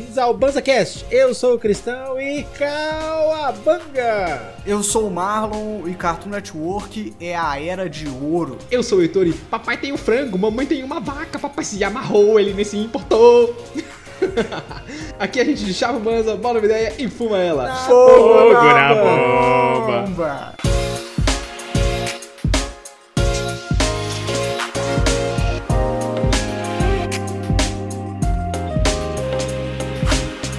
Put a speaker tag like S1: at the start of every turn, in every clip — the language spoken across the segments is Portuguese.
S1: CalbanzaCast. Eu sou o Cristão e Calabanga!
S2: Eu sou o Marlon e Cartoon Network é a era de ouro.
S3: Eu sou o Heitor e papai tem um frango, mamãe tem uma vaca, papai se amarrou, ele nem se importou. Aqui a gente de chapa banza, bola uma ideia e fuma
S1: Ah.
S3: ela.
S2: Fogo
S4: na bomba.
S2: bomba.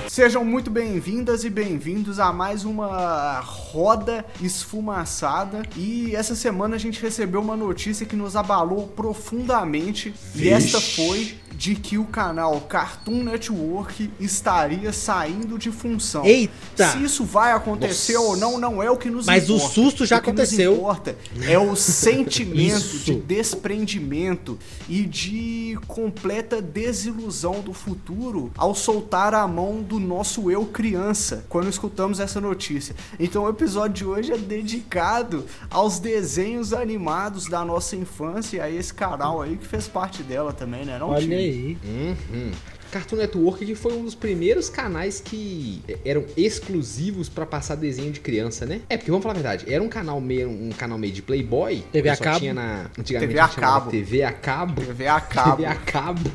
S2: Sejam muito bem-vindas e bem-vindos a mais uma roda esfumaçada. E essa semana a gente recebeu uma notícia que nos abalou profundamente. E esta foi de que o canal Cartoon Network estaria saindo de função.
S1: Eita!
S2: Se isso vai acontecer ou não, não é o que nos
S1: Mas o
S2: importa.
S1: susto já
S2: O que nos
S1: aconteceu.
S2: importa é o sentimento
S1: Isso.
S2: de desprendimento e de completa desilusão do futuro ao soltar a mão do nosso eu criança quando escutamos essa notícia. Então o episódio de hoje é dedicado aos desenhos animados da nossa infância, a esse canal aí que fez parte dela também, né? Não,
S1: Olha
S2: Tim?
S1: aí.
S3: Uhum. Cartoon Network que foi um dos primeiros canais que é, eram exclusivos pra passar desenho de criança, né? É, porque vamos falar a verdade, era um canal meio um canal meio de Playboy,
S1: TV
S3: que
S1: a
S3: só
S1: cabo.
S3: tinha na antigamente
S2: TV a
S3: chamava
S2: cabo.
S3: TV a cabo.
S2: TV a cabo.
S3: TV a cabo.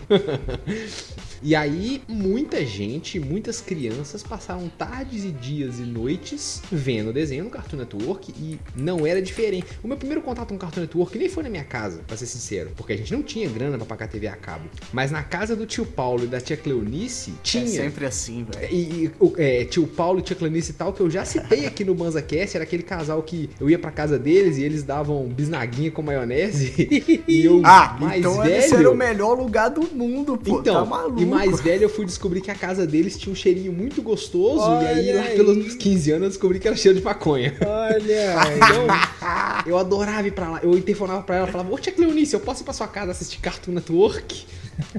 S3: E aí, muita gente, muitas crianças passaram tardes e dias e noites vendo desenho no Cartoon Network e não era diferente. O meu primeiro contato com o Cartoon Network nem foi na minha casa, pra ser sincero, porque a gente não tinha grana pra pagar TV a cabo. Mas na casa do tio Paulo e da tia Cleonice,
S2: É
S3: tinha.
S2: sempre assim, velho.
S3: E, e, o- é, tio Paulo e tia Clanice e tal, que eu já citei aqui no BanzaCast, era aquele casal que eu ia pra casa deles e eles davam bisnaguinha com maionese. e eu,
S2: Ah,
S3: mais
S2: então
S3: velho...
S2: esse era o melhor lugar do mundo, pô. tá
S3: Então,
S2: maluco.
S3: e mais velho eu fui descobrir que a casa deles tinha um cheirinho muito gostoso. e aí,
S1: Olha
S3: lá
S1: aí.
S3: pelos 15 anos, eu descobri que era cheiro de maconha.
S1: Olha aí.
S3: Eu adorava ir pra lá. Eu telefonava pra ela e falava, ô tia Cleonice, eu posso ir pra sua casa assistir Cartoon Network?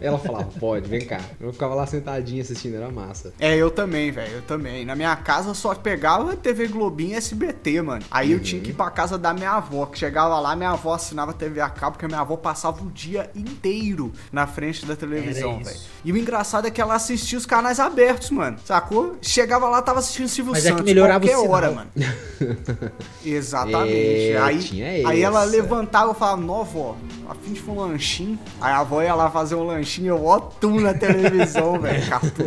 S3: Ela falava, pode, vem cá. Eu ficava lá sentadinha assistindo, era massa.
S2: É, eu também, velho, eu também. Na minha casa eu só pegava TV Globinho e SBT, mano. Aí eu tinha que ir pra casa da minha avó, que chegava lá, minha avó assinava TV a cabo, porque a minha avó passava o dia inteiro na frente da televisão,
S1: Era isso.
S2: velho. E o engraçado é que ela assistia os canais abertos, mano, sacou? Chegava lá, tava assistindo Silvio
S1: Mas é que
S2: Santos,
S1: melhorava o
S2: qualquer
S1: sinal.
S2: hora, mano. Exatamente.
S3: É,
S2: aí,
S3: tinha
S2: aí ela
S3: essa.
S2: levantava e falava, nó, vó, a fim de um lanchinho. Aí a avó ia lá fazer um lanchinho, eu ó tu na televisão, velho. Cartoon-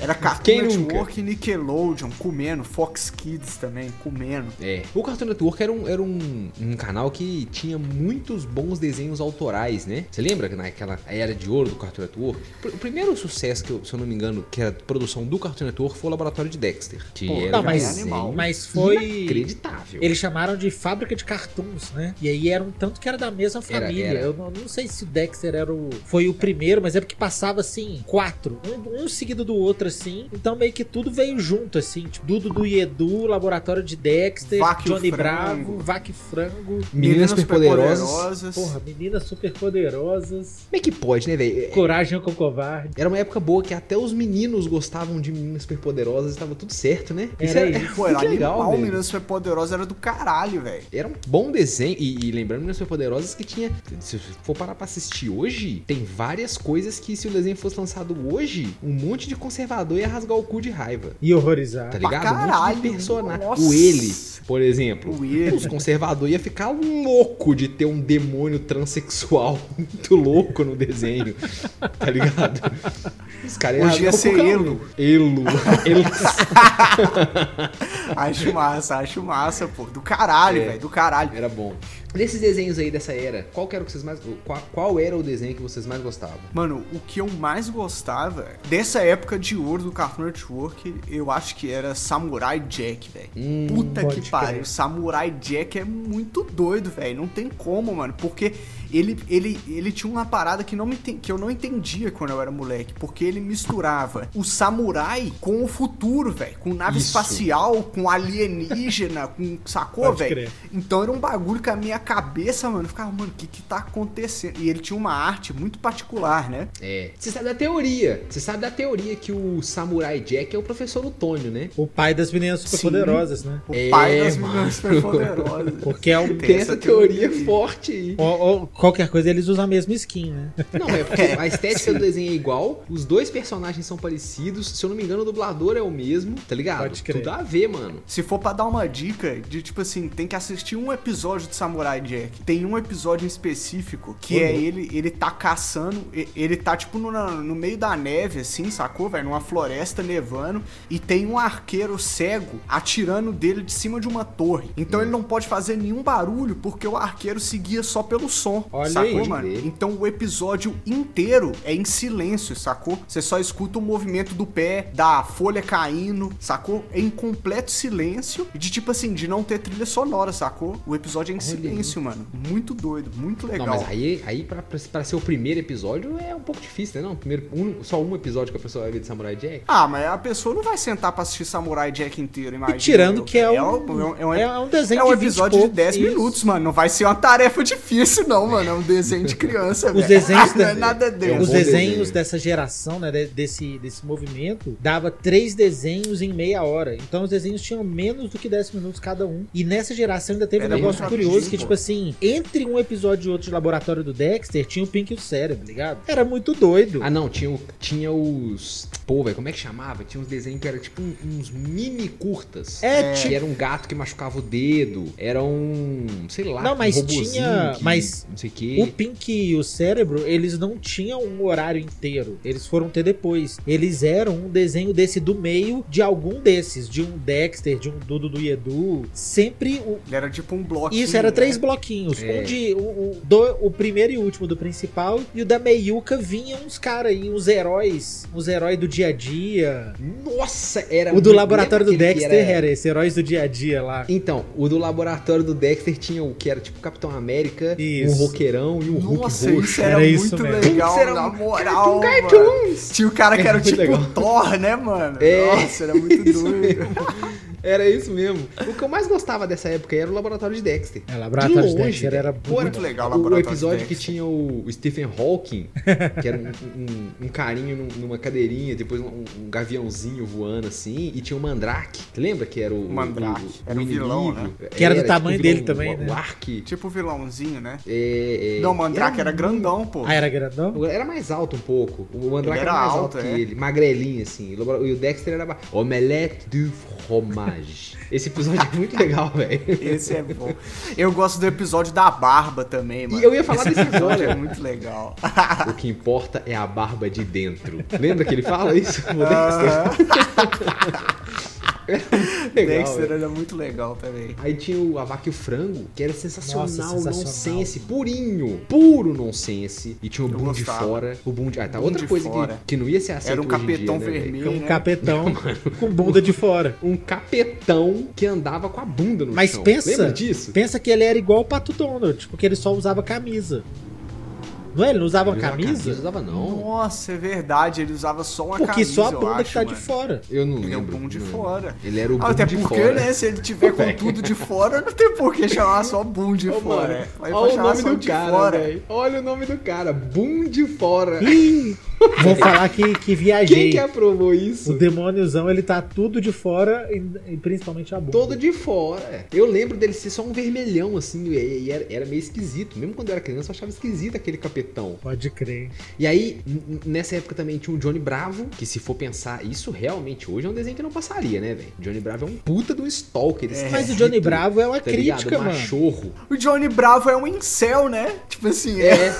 S2: Era Cartoon
S3: Quem nunca?
S2: Network e Nickelodeon, comendo, Fox Kids também, comendo.
S3: É. O Cartoon Network era, um, era um, um canal que tinha muitos bons desenhos autorais, né? Você lembra que naquela era de ouro do Cartoon Network? Pr- O primeiro sucesso, que eu, se eu não me engano, que era produção do Cartoon Network foi o Laboratório de Dexter. Que
S2: Pô,
S3: era
S1: Não,
S3: um
S1: mas,
S3: desenho
S1: mas foi.
S3: inacreditável.
S1: Eles chamaram de fábrica de cartoons, né? E aí era um tanto que era da mesma
S3: Era,
S1: família.
S3: era.
S1: Eu não, não sei se o Dexter era o, foi o primeiro, mas é porque passava assim, quatro. Um, um seguido do outro, assim. Então meio que tudo veio junto, assim. Tipo, Dudu do Edu, Laboratório de Dexter,
S2: Vaca e o
S1: Johnny
S2: Frango.
S1: Bravo, Vac Frango.
S3: Meninas Superpoderosas.
S1: Porra, meninas super poderosas.
S3: Como é que pode, né, velho?
S1: Coragem com covarde.
S3: Era uma época boa que até os meninos gostavam de meninas superpoderosas, estava tudo certo, né?
S1: Era isso.
S2: Pô, era
S3: muito
S2: animal,
S3: velho.
S2: Meninas Superpoderosas era do caralho, velho.
S3: Era um bom desenho. E, e lembrando, Meninas Superpoderosas que tinha. Se eu for parar pra assistir hoje, tem várias coisas que se o desenho fosse lançado hoje, um monte de conservador ia rasgar o cu de raiva.
S1: E horrorizar.
S3: Tá
S2: Pra
S3: ligado? um monte
S2: caralho,
S3: de personagem.
S2: nossa.
S3: O ele, por exemplo.
S2: O ele.
S3: Os conservadores iam ficar louco de ter um demônio transexual muito louco no desenho. Tá ligado? Os caras
S2: Hoje ia
S3: rasgar o
S2: ser
S3: cu, cara.
S2: Elo.
S3: Elo. Elo.
S2: Acho massa, acho massa, pô. Do caralho,
S3: É.
S2: velho, do caralho.
S3: Era bom. Desses desenhos aí dessa era, qual que era o que vocês mais. Qual, qual era o desenho que vocês mais gostavam?
S2: Mano, o que eu mais gostava dessa época de ouro do Cartoon Network, eu acho que era Samurai Jack, velho.
S3: Hum,
S2: Puta
S1: pode
S2: que pariu,
S1: crer.
S2: Samurai Jack é muito doido, velho. Não tem como, mano, porque ele, ele, ele tinha uma parada que, não me enten- que eu não entendia quando eu era moleque, porque ele misturava o samurai com o futuro, velho, com nave
S3: Isso.
S2: espacial, com alienígena, com sacô,
S1: Pode
S2: velho.
S1: crer.
S2: Então era um bagulho que a minha a cabeça, mano. Eu ficava, mano, o que que tá acontecendo? E ele tinha uma arte muito particular, né?
S3: É. Você sabe da teoria. Você sabe da teoria que o Samurai Jack é o professor Otônio, né?
S1: O pai das meninas superpoderosas, né?
S2: O
S3: É,
S2: pai das meninas
S3: mano.
S2: superpoderosas.
S1: Porque é um.
S2: Tem
S3: Tem
S2: essa
S3: essa teoria
S2: teoria aí.
S3: forte aí.
S1: ou- ou qualquer coisa eles usam a mesma skin, né?
S3: Não, é porque a estética do desenho é igual, os dois personagens são parecidos, se eu não me engano, o dublador é o mesmo, tá ligado?
S1: Pode crer.
S3: Tudo a ver, mano.
S2: Se for pra dar uma dica de tipo assim, tem que assistir um episódio de Samurai Jack. Tem um episódio em específico que
S1: Uhum.
S2: é ele, ele tá caçando, e- ele tá tipo no, na- no meio da neve assim, sacou, velho? Numa floresta nevando e tem um arqueiro cego atirando dele de cima de uma torre.
S1: Uhum.
S2: Então ele não pode fazer nenhum barulho porque o arqueiro seguia só pelo som,
S1: Olha
S2: sacou,
S1: aí.
S2: mano?
S3: Pode crer.
S2: Então o episódio inteiro é em silêncio, sacou? Você só escuta o movimento do pé, da folha caindo, sacou? É em completo silêncio. De tipo assim, de não ter trilha sonora, sacou? O episódio é em
S3: Olha
S2: silêncio, mano. Muito doido, muito legal.
S3: Não, mas aí, aí pra, pra- pra ser o primeiro episódio é um pouco difícil, né? Não, primeiro, um- só um episódio que a pessoa vai ver de Samurai Jack.
S2: Ah, mas a pessoa não vai sentar pra assistir Samurai Jack inteiro, imagina.
S1: E tirando
S2: eu.
S1: que é um, é
S2: um- é um-
S1: desenho
S2: é um
S1: de 20
S2: episódio de
S1: poucos,
S2: 10
S1: isso.
S2: minutos, mano. Não vai ser uma tarefa difícil, não, mano. É um desenho de criança, velho.
S1: desenhos
S2: não é
S1: da-
S2: nada
S3: É um
S2: dele.
S1: Os
S3: bom
S1: desenhos
S3: desenho.
S1: dessa geração, né, de- desse, desse movimento, dava três desenhos em meia hora. Então os desenhos tinham menos do que 10 minutos cada um. E nessa geração ainda teve
S2: Era
S1: um
S2: muito
S1: negócio
S2: rapidinho,
S1: curioso que,
S2: pô.
S1: tipo assim, entre um episódio e outro de Laboratório do Dexter, tinha o Pink e o Cérebro, tá ligado? Era muito doido.
S3: Ah, não, tinha, o- tinha os. Pô, velho, como é que chamava? Tinha uns desenhos que eram tipo um- uns mini curtas.
S1: é,
S3: Que
S1: tipo.
S3: era um gato que machucava o dedo. Era um. Sei lá.
S1: Não,
S3: um
S1: mas
S3: robozinho
S1: tinha-
S3: que-
S1: mas
S3: Não sei o quê.
S1: O Pink e o Cérebro, eles não tinham um horário inteiro. Eles foram ter depois. Eles eram um desenho desse do meio de algum desses. De um Dexter, de um Dudu do Edu. Sempre o,
S2: Ele era tipo um bloco.
S1: Isso, era três bloquinhos.
S3: né? É.
S1: Um de. O, o, do- o primeiro e último do principal. E o da Meiuca vinha uns caras aí, uns heróis. Uns heróis do dia a dia.
S3: Nossa, era.
S1: o do
S3: muito-
S1: laboratório do
S3: lembra aquele que
S1: Dexter
S3: era-
S1: era... esse, heróis do dia a dia lá.
S3: Então, o do laboratório do Dexter tinha o que era tipo Capitão América,
S1: Isso.
S3: um roqueirão e um
S2: Nossa,
S3: Hulk roxo.
S2: isso era,
S1: Era
S2: muito
S1: isso é mesmo.
S2: legal,
S3: Putz, era
S2: na
S3: um
S2: moral.
S3: Cartoon
S2: mano.
S3: Cartoons.
S2: Tinha o cara que
S3: Era
S2: era
S3: muito
S2: tipo
S3: legal.
S2: Thor, né, mano?
S3: É.
S2: Nossa, era muito
S3: Isso
S2: doido.
S3: Era isso mesmo. O que eu mais gostava dessa época era o laboratório de Dexter.
S1: É, laboratório
S3: De
S1: de
S3: longe,
S1: Dexter era
S3: Pô,
S1: muito.
S2: Muito legal o
S3: O, o
S2: laboratório.
S3: episódio
S2: de
S3: que
S2: Dexter.
S3: tinha o o Stephen Hawking, que era um, um- um carinho num- numa cadeirinha, depois um, um gaviãozinho voando assim, e tinha o Mandrake. Lembra que era o.
S2: O Mandrake. Era o vilão, né?
S3: inimigo?
S1: Que era do tamanho
S3: o
S1: dele também,
S3: tipo, um o,
S1: né?
S3: O Ark.
S2: Tipo o vilãozinho, né?
S3: É, é,
S2: Não, o Mandrake era grandão, pô.
S1: Ah, era grandão?
S3: Era mais alto um pouco. O
S2: Ele
S3: Mandrake era,
S2: era
S3: mais
S2: alto,
S3: alto,
S2: é.
S3: que ele, magrelinho assim. E o Dexter era ba- omelette du fromage. Esse episódio é muito legal, velho.
S2: Esse é bom. Eu gosto do episódio da barba também, mano.
S3: E eu ia falar
S2: Esse
S3: desse
S2: episódio.
S3: episódio.
S2: É muito legal.
S3: O que importa é a barba de dentro. Lembra que ele fala isso? O Dexter.
S2: Ah,
S3: Legal,
S2: Dexter
S3: velho.
S2: era muito legal também.
S3: Aí tinha o Avaque e o Frango, que era sensacional,
S1: Nossa,
S3: o
S1: sensacional.
S3: nonsense, purinho, puro nonsense. E tinha o
S2: Eu
S3: Boom de
S2: gostava.
S3: Fora. O Boom de... Ah, tá,
S2: Boom
S3: outra
S2: de
S3: coisa
S2: Fora.
S3: que, que não ia ser aceito
S2: Era um
S3: hoje em dia,
S2: capetão
S3: né, velho?
S2: vermelho,
S1: Um
S2: né?
S1: capetão com bunda de fora.
S3: um capetão que andava com a bunda no
S1: Mas
S3: chão.
S1: pensa-
S3: Lembra disso?
S1: Pensa que ele era igual o Pato Donald, porque ele só usava camisa. Não é? Ele não usava
S3: Ele usava
S1: camisa?
S3: Não usava, não.
S2: Nossa, é verdade. Ele usava só uma
S1: Porque
S2: camisa,
S1: só a
S2: eu
S1: bunda
S2: acho,
S1: que tá de
S2: mano.
S1: fora.
S3: Eu não
S2: Ele é o
S3: lembro.
S2: bum de
S3: não lembro.
S2: fora.
S3: Ele era o bum
S2: Ah, até
S3: de
S2: porque,
S3: fora.
S2: né? Se ele tiver com tudo de fora, não tem por que chamar só Boom de
S3: Ô, mano,
S2: fora. Aí vai
S3: olha o
S2: chamar
S3: nome
S2: só
S3: do
S2: de
S3: cara,
S2: fora.
S3: velho. Olha o nome do cara. Bum de fora.
S1: Vou falar que, que
S3: Quem
S1: viajei.
S3: que aprovou
S1: O
S3: isso?
S1: demôniozão, ele tá tudo de fora, e, e principalmente a bunda.
S3: Todo de fora. Eu lembro dele ser só um vermelhão, assim, e e era, era meio esquisito. Mesmo quando eu era criança, eu achava esquisito aquele capetão.
S1: Pode crer.
S3: E aí, n- n- nessa época também tinha o Johnny Bravo, que se for pensar, isso realmente hoje é um desenho que não passaria, né, velho? Johnny Bravo é um puta do stalker.
S2: É.
S1: Mas o Johnny
S3: esquisito.
S1: Bravo é uma
S3: tá ligado?
S1: crítica, mano.
S3: Machorro.
S2: O Johnny Bravo é um incel, né? Tipo assim, é.
S3: É,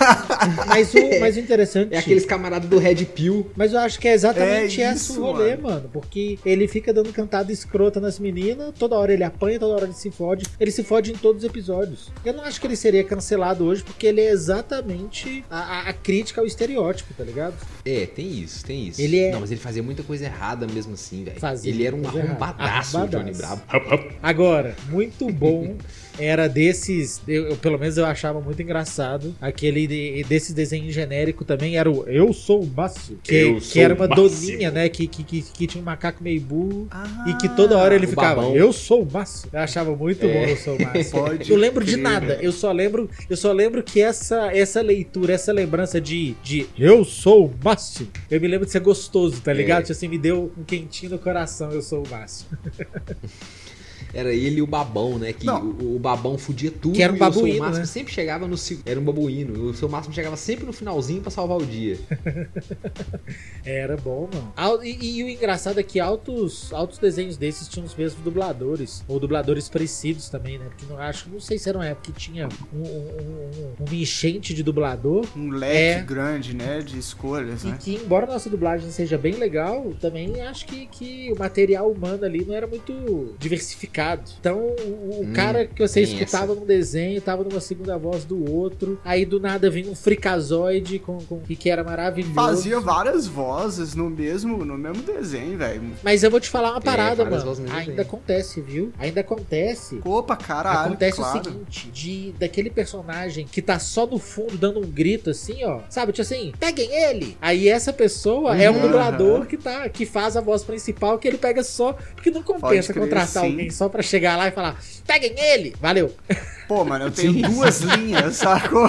S1: Mas o, mas o interessante.
S3: é aqueles camaradas do Red Pill.
S1: Mas eu acho que é exatamente
S2: É
S1: esse
S2: isso,
S1: o rolê, mano. Porque ele fica dando cantada escrota nas meninas, toda hora ele apanha, toda hora ele se fode. Ele se fode em todos os episódios. Eu não acho que ele seria cancelado hoje, porque ele é exatamente a, a- a crítica ao estereótipo, tá ligado?
S3: É, tem isso, tem isso.
S1: Ele é-
S3: Não, mas ele fazia muita coisa errada mesmo assim, velho.
S1: Fazia
S3: Ele era um
S1: coisa errada.
S3: arrombadaço, o Johnny
S1: Arrombadaço.
S3: Bravo.
S4: Hop, hop.
S1: Agora, muito bom era desses. Eu, eu- pelo menos eu achava muito engraçado. Aquele de- desses desenhos genérico também era o Eu Sou o Máximo. Que,
S4: Eu
S1: que
S4: sou
S1: era
S4: o
S1: uma
S4: Máximo.
S1: doninha, né? Que, que, que, que tinha um macaco meio burro.
S2: Ah,
S1: E que toda hora ele
S3: o
S1: ficava,
S3: babão.
S1: eu sou o Máximo. Eu achava muito
S3: É.
S1: bom eu sou o Máximo.
S2: Ah, Pode
S1: Eu lembro de
S2: crer,
S1: nada. Eu só lembro, eu só lembro que essa essa leitura, essa lembrança de, de eu sou o máximo. Eu me lembro de ser gostoso, tá ligado?
S3: É.
S1: Tipo Assim me deu um quentinho no coração, eu sou o máximo.
S3: Era ele e o babão, né? Que
S2: Não.
S3: o, o babão fudia tudo.
S1: Que era um
S3: e o seu
S1: babuíno,
S3: máximo
S1: né?
S3: sempre chegava no. se- Era um babuíno. O seu máximo chegava sempre no finalzinho pra salvar o dia.
S1: Era bom, mano. Al- E, e o engraçado é que altos, altos desenhos desses tinham os mesmos dubladores. Ou dubladores parecidos também, né? Porque não acho, não sei se era uma época que tinha um, um, um- um enchente de dublador.
S2: Um leque
S1: É.
S2: grande, né? De escolhas,
S1: E
S2: né?
S1: que, embora a nossa dublagem seja bem legal, também acho que, que o material humano ali não era muito diversificado. Então, o, o
S3: Hum,
S1: cara que você
S3: tem
S1: escutava num desenho, tava numa segunda voz do outro, aí do nada vinha um fricazoide com, com, e que era maravilhoso.
S2: Fazia várias vozes no mesmo, no mesmo desenho, velho.
S1: Mas eu vou te falar uma parada,
S3: várias vozes assim.
S1: mano.
S3: no
S1: Ainda
S3: desenho.
S1: acontece, viu? Ainda acontece.
S2: Opa, caralho,
S1: Acontece
S2: Tá, claro.
S1: o seguinte, de daquele personagem que tá só no fundo dando um grito assim, ó. Sabe, tipo assim, peguem ele. Aí essa pessoa é um
S2: Uhum.
S1: dublador que tá que faz a voz principal que ele pega só, porque não compensa
S2: crer,
S1: contratar
S2: sim.
S1: alguém só pra chegar lá e falar: "Peguem ele". Valeu.
S2: Pô, mano, eu tenho duas linhas, sacou?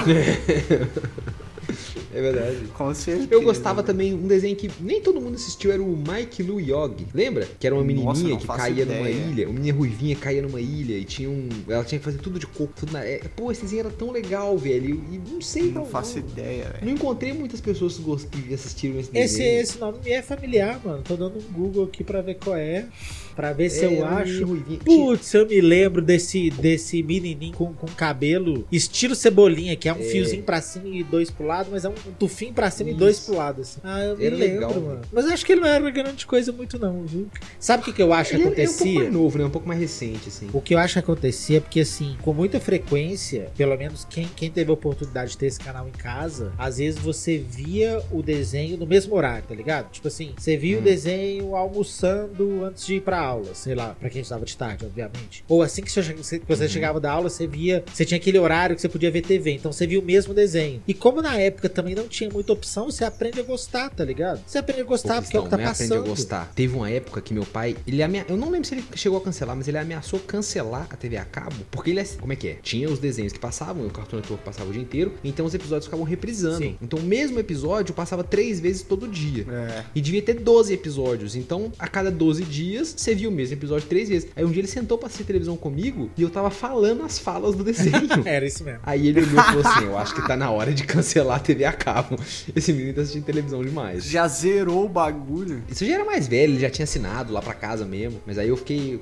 S3: É verdade.
S2: Com certeza.
S3: Eu gostava também um desenho que nem todo mundo assistiu, era o Mike Lu Yogi. Lembra? Que era uma
S2: Nossa,
S3: menininha
S2: não
S3: que
S2: faço
S3: caía numa
S2: ideia.
S3: ilha. Uma menina ruivinha caía numa ilha e tinha um. Ela tinha que fazer tudo de corpo. Tudo na... é, Pô, esse desenho era tão legal, velho. E não sei,
S2: Não faço
S3: não,
S2: ideia, velho.
S3: não encontrei muitas pessoas que gost- que assistiram esse
S1: Esse
S3: desenho.
S1: esse nome me é familiar, mano. Tô dando um Google aqui pra ver qual é, Pra ver se
S3: É,
S1: eu
S3: uma menina
S1: acho.
S3: ruivinha. Tinha-
S1: Putz, eu me lembro desse, desse menininho com, com cabelo estilo cebolinha, que é um
S3: É.
S1: fiozinho pra cima e dois pro lado, mas é um tufinho pra cima e dois
S3: Isso.
S1: pro lado, assim. Ah, eu me
S3: Era
S1: lembro,
S3: legal, né?
S1: mano. Mas eu acho que ele não era grande coisa muito não, viu? Sabe o que, que eu acho que
S3: Ele é- é um pouco
S1: acontecia?
S3: mais novo, né? Um pouco mais recente, assim.
S1: O que eu acho que acontecia é porque, assim, com muita frequência, pelo menos quem, quem teve a oportunidade de ter esse canal em casa, às vezes você via o desenho no mesmo horário, tá ligado? Tipo assim, você via
S3: Hum.
S1: o desenho almoçando antes de ir pra aula, sei lá, pra quem estava de tarde, obviamente. Ou assim que você, che- que você
S3: Uhum.
S1: chegava da aula, você via, você tinha aquele horário que você podia ver TV, então você via o mesmo desenho. E como na época também não tinha muita opção, você aprende a gostar, tá ligado? Você aprende a
S3: Pô,
S1: gostar porque é o que tá
S3: Cristão, não né? aprende a
S1: passando.
S3: gostar. Teve uma época que meu pai, ele amea... eu não lembro se ele chegou a cancelar, mas ele ameaçou cancelar a TV a cabo, porque ele é... como é que é? Tinha os desenhos que passavam, o Cartoon Network passava o dia inteiro, então os episódios ficavam reprisando.
S1: Sim.
S3: Então o mesmo episódio passava três vezes todo dia.
S2: É.
S3: E devia ter 12 episódios. Então, a cada 12 dias, você via o mesmo episódio três vezes. Aí um dia ele sentou pra assistir televisão comigo e eu tava falando as falas do desenho.
S1: Era isso mesmo.
S3: Aí ele olhou e falou assim: Eu acho que tá na hora de cancelar a TV a cabo. Esse menino tá assistindo televisão demais.
S2: Já zerou o bagulho.
S3: Isso já era mais velho, ele já tinha assinado lá pra casa mesmo. Mas aí eu fiquei.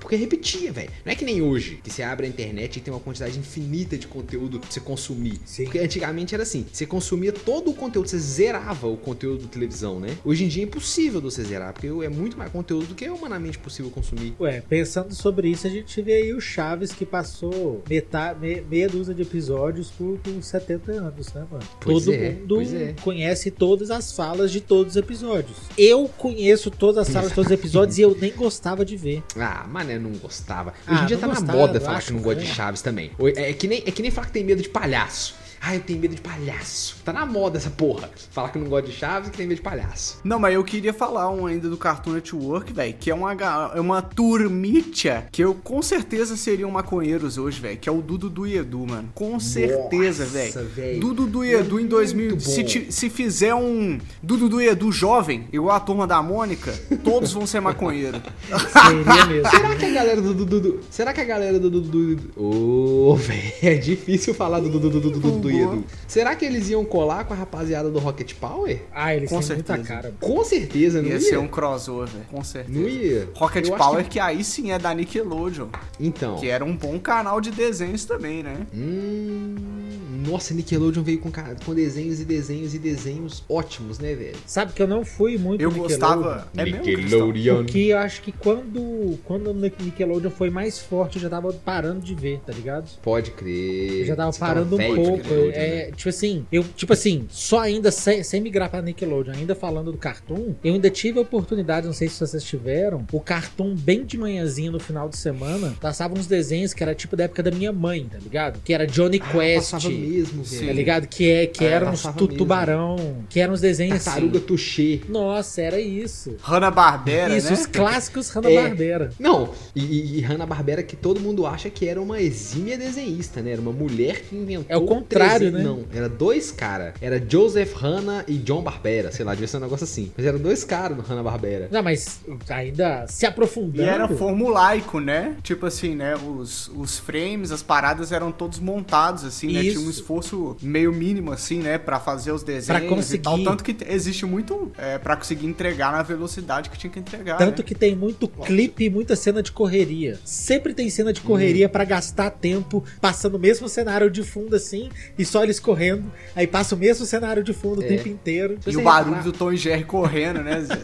S3: Porque repetia, velho. Não é que nem hoje, que você abre a internet e tem uma quantidade infinita de conteúdo pra você consumir.
S1: Sim.
S3: Porque antigamente era assim: você consumia todo o conteúdo, você zerava o conteúdo da televisão, né? Hoje em dia é impossível de você zerar, porque é muito mais conteúdo do que é humanamente possível consumir.
S1: Ué, pensando sobre isso, a gente vê aí o Chaves que passou metade, me- meia dúzia de episódios por, por 70 anos, né, mano?
S3: Pois
S1: Todo
S3: é,
S1: mundo
S3: pois é.
S1: conhece todas as falas de todos os episódios. Eu conheço todas as falas de todos os episódios e eu nem gostava de ver.
S3: Ah, mané, não gostava. Hoje
S1: Ah,
S3: em dia
S1: não
S3: tá na
S1: gostava,
S3: moda
S1: eu
S3: falar
S1: acho
S3: que não gosta de
S1: estranho.
S3: Chaves também. Ou- É, é que nem, é que nem falar que tem medo de palhaço. Ah, eu tenho medo de palhaço. Tá na moda essa porra. Falar que não gosta de Chaves e que tem medo de palhaço.
S2: Não, mas eu queria falar um ainda do Cartoon Network, velho, que é uma, ga- é uma turmitia que eu com certeza seriam maconheiros hoje, velho, que é o Dudu do Edu, mano. Com certeza, velho. Dudu do Edu em 2000.
S3: é Muito bom.
S2: Se, ti- se fizer um Dudu do Edu jovem, igual a turma da Mônica, todos vão ser maconheiro.
S1: Seria mesmo.
S3: Será que a galera do Dudu. Do, será que a galera do Dudu. do- Ô, velho, é difícil falar do Dudu do, do, do, do, do Edu. Será que eles iam colar com a rapaziada do Rocket Power?
S1: Ah, eles
S2: Com
S1: têm muita
S2: certeza.
S1: cara.
S3: Com certeza, não ia.
S2: Ia ser um crossover, velho. Com certeza.
S3: Não ia.
S2: Rocket
S3: Eu acho
S2: Power, é. que... aí sim é da Nickelodeon,
S3: que- Então.
S2: que era um bom canal de desenhos também, né?
S3: Hum. Nossa, Nickelodeon veio com, ca- com desenhos e desenhos e desenhos ótimos, né, velho?
S1: Sabe que eu não fui muito
S2: Eu
S1: Nickelodeon.
S2: gostava. É mesmo, Cristão?
S1: Porque eu acho que quando, quando o Nickelodeon foi mais forte, eu já tava parando de ver, tá ligado?
S3: Pode crer.
S1: Eu já tava
S3: Você tá
S1: parando um
S3: velho de
S1: pouco.
S3: Nickelodeon,
S1: é,
S3: né?
S1: Tipo assim, eu, tipo assim, só ainda sem, sem migrar pra Nickelodeon, ainda falando do Cartoon, eu ainda tive a oportunidade, não sei se vocês tiveram, o Cartoon bem de manhãzinha no final de semana, passava uns desenhos que era tipo da época da minha mãe, tá ligado? Que era Johnny
S3: Ah,
S1: Quest.
S3: Passava mesmo,
S2: Sim.
S1: Tá
S3: velho.
S1: ligado? Que, é, que
S3: Ah,
S1: eram uns
S3: passava
S1: tu-
S3: mesmo.
S1: tubarão, que eram uns desenhos
S3: Tartaruga
S1: assim.
S3: Touché.
S1: Nossa, era isso.
S2: Hanna-Barbera,
S1: isso,
S2: né?
S1: os clássicos Hanna-Barbera.
S3: Não, e, e, e Hanna-Barbera que todo mundo acha que era uma exímia desenhista, né? Era uma mulher que inventou...
S1: É o contrário, né?
S3: Não, era dois caras. Era Joseph Hanna e John Barbera, sei lá, devia ser um negócio assim. Mas eram dois caras do Hanna-Barbera.
S1: Não, mas ainda se
S2: E
S1: aprofundando.
S2: era formulaico, né? Tipo assim, né? Os, os frames, as paradas eram todos montados, assim, né? Tinha um
S1: Isso.
S2: esforço meio mínimo, assim, né? Pra fazer os desenhos
S1: conseguir.
S2: e tal. Tanto que existe muito é, pra conseguir entregar na velocidade que tinha que entregar.
S1: Tanto
S2: né?
S1: que tem muito clipe e muita cena de correria. Sempre tem cena de correria
S3: Uhum.
S1: pra gastar tempo, passando o mesmo cenário de fundo assim, e só eles correndo. Aí passa o mesmo cenário de fundo o
S3: É.
S1: tempo inteiro.
S3: Se
S2: E
S3: você
S2: o barulho
S3: reparar-
S2: do Tom e Jerry correndo, né? Zé?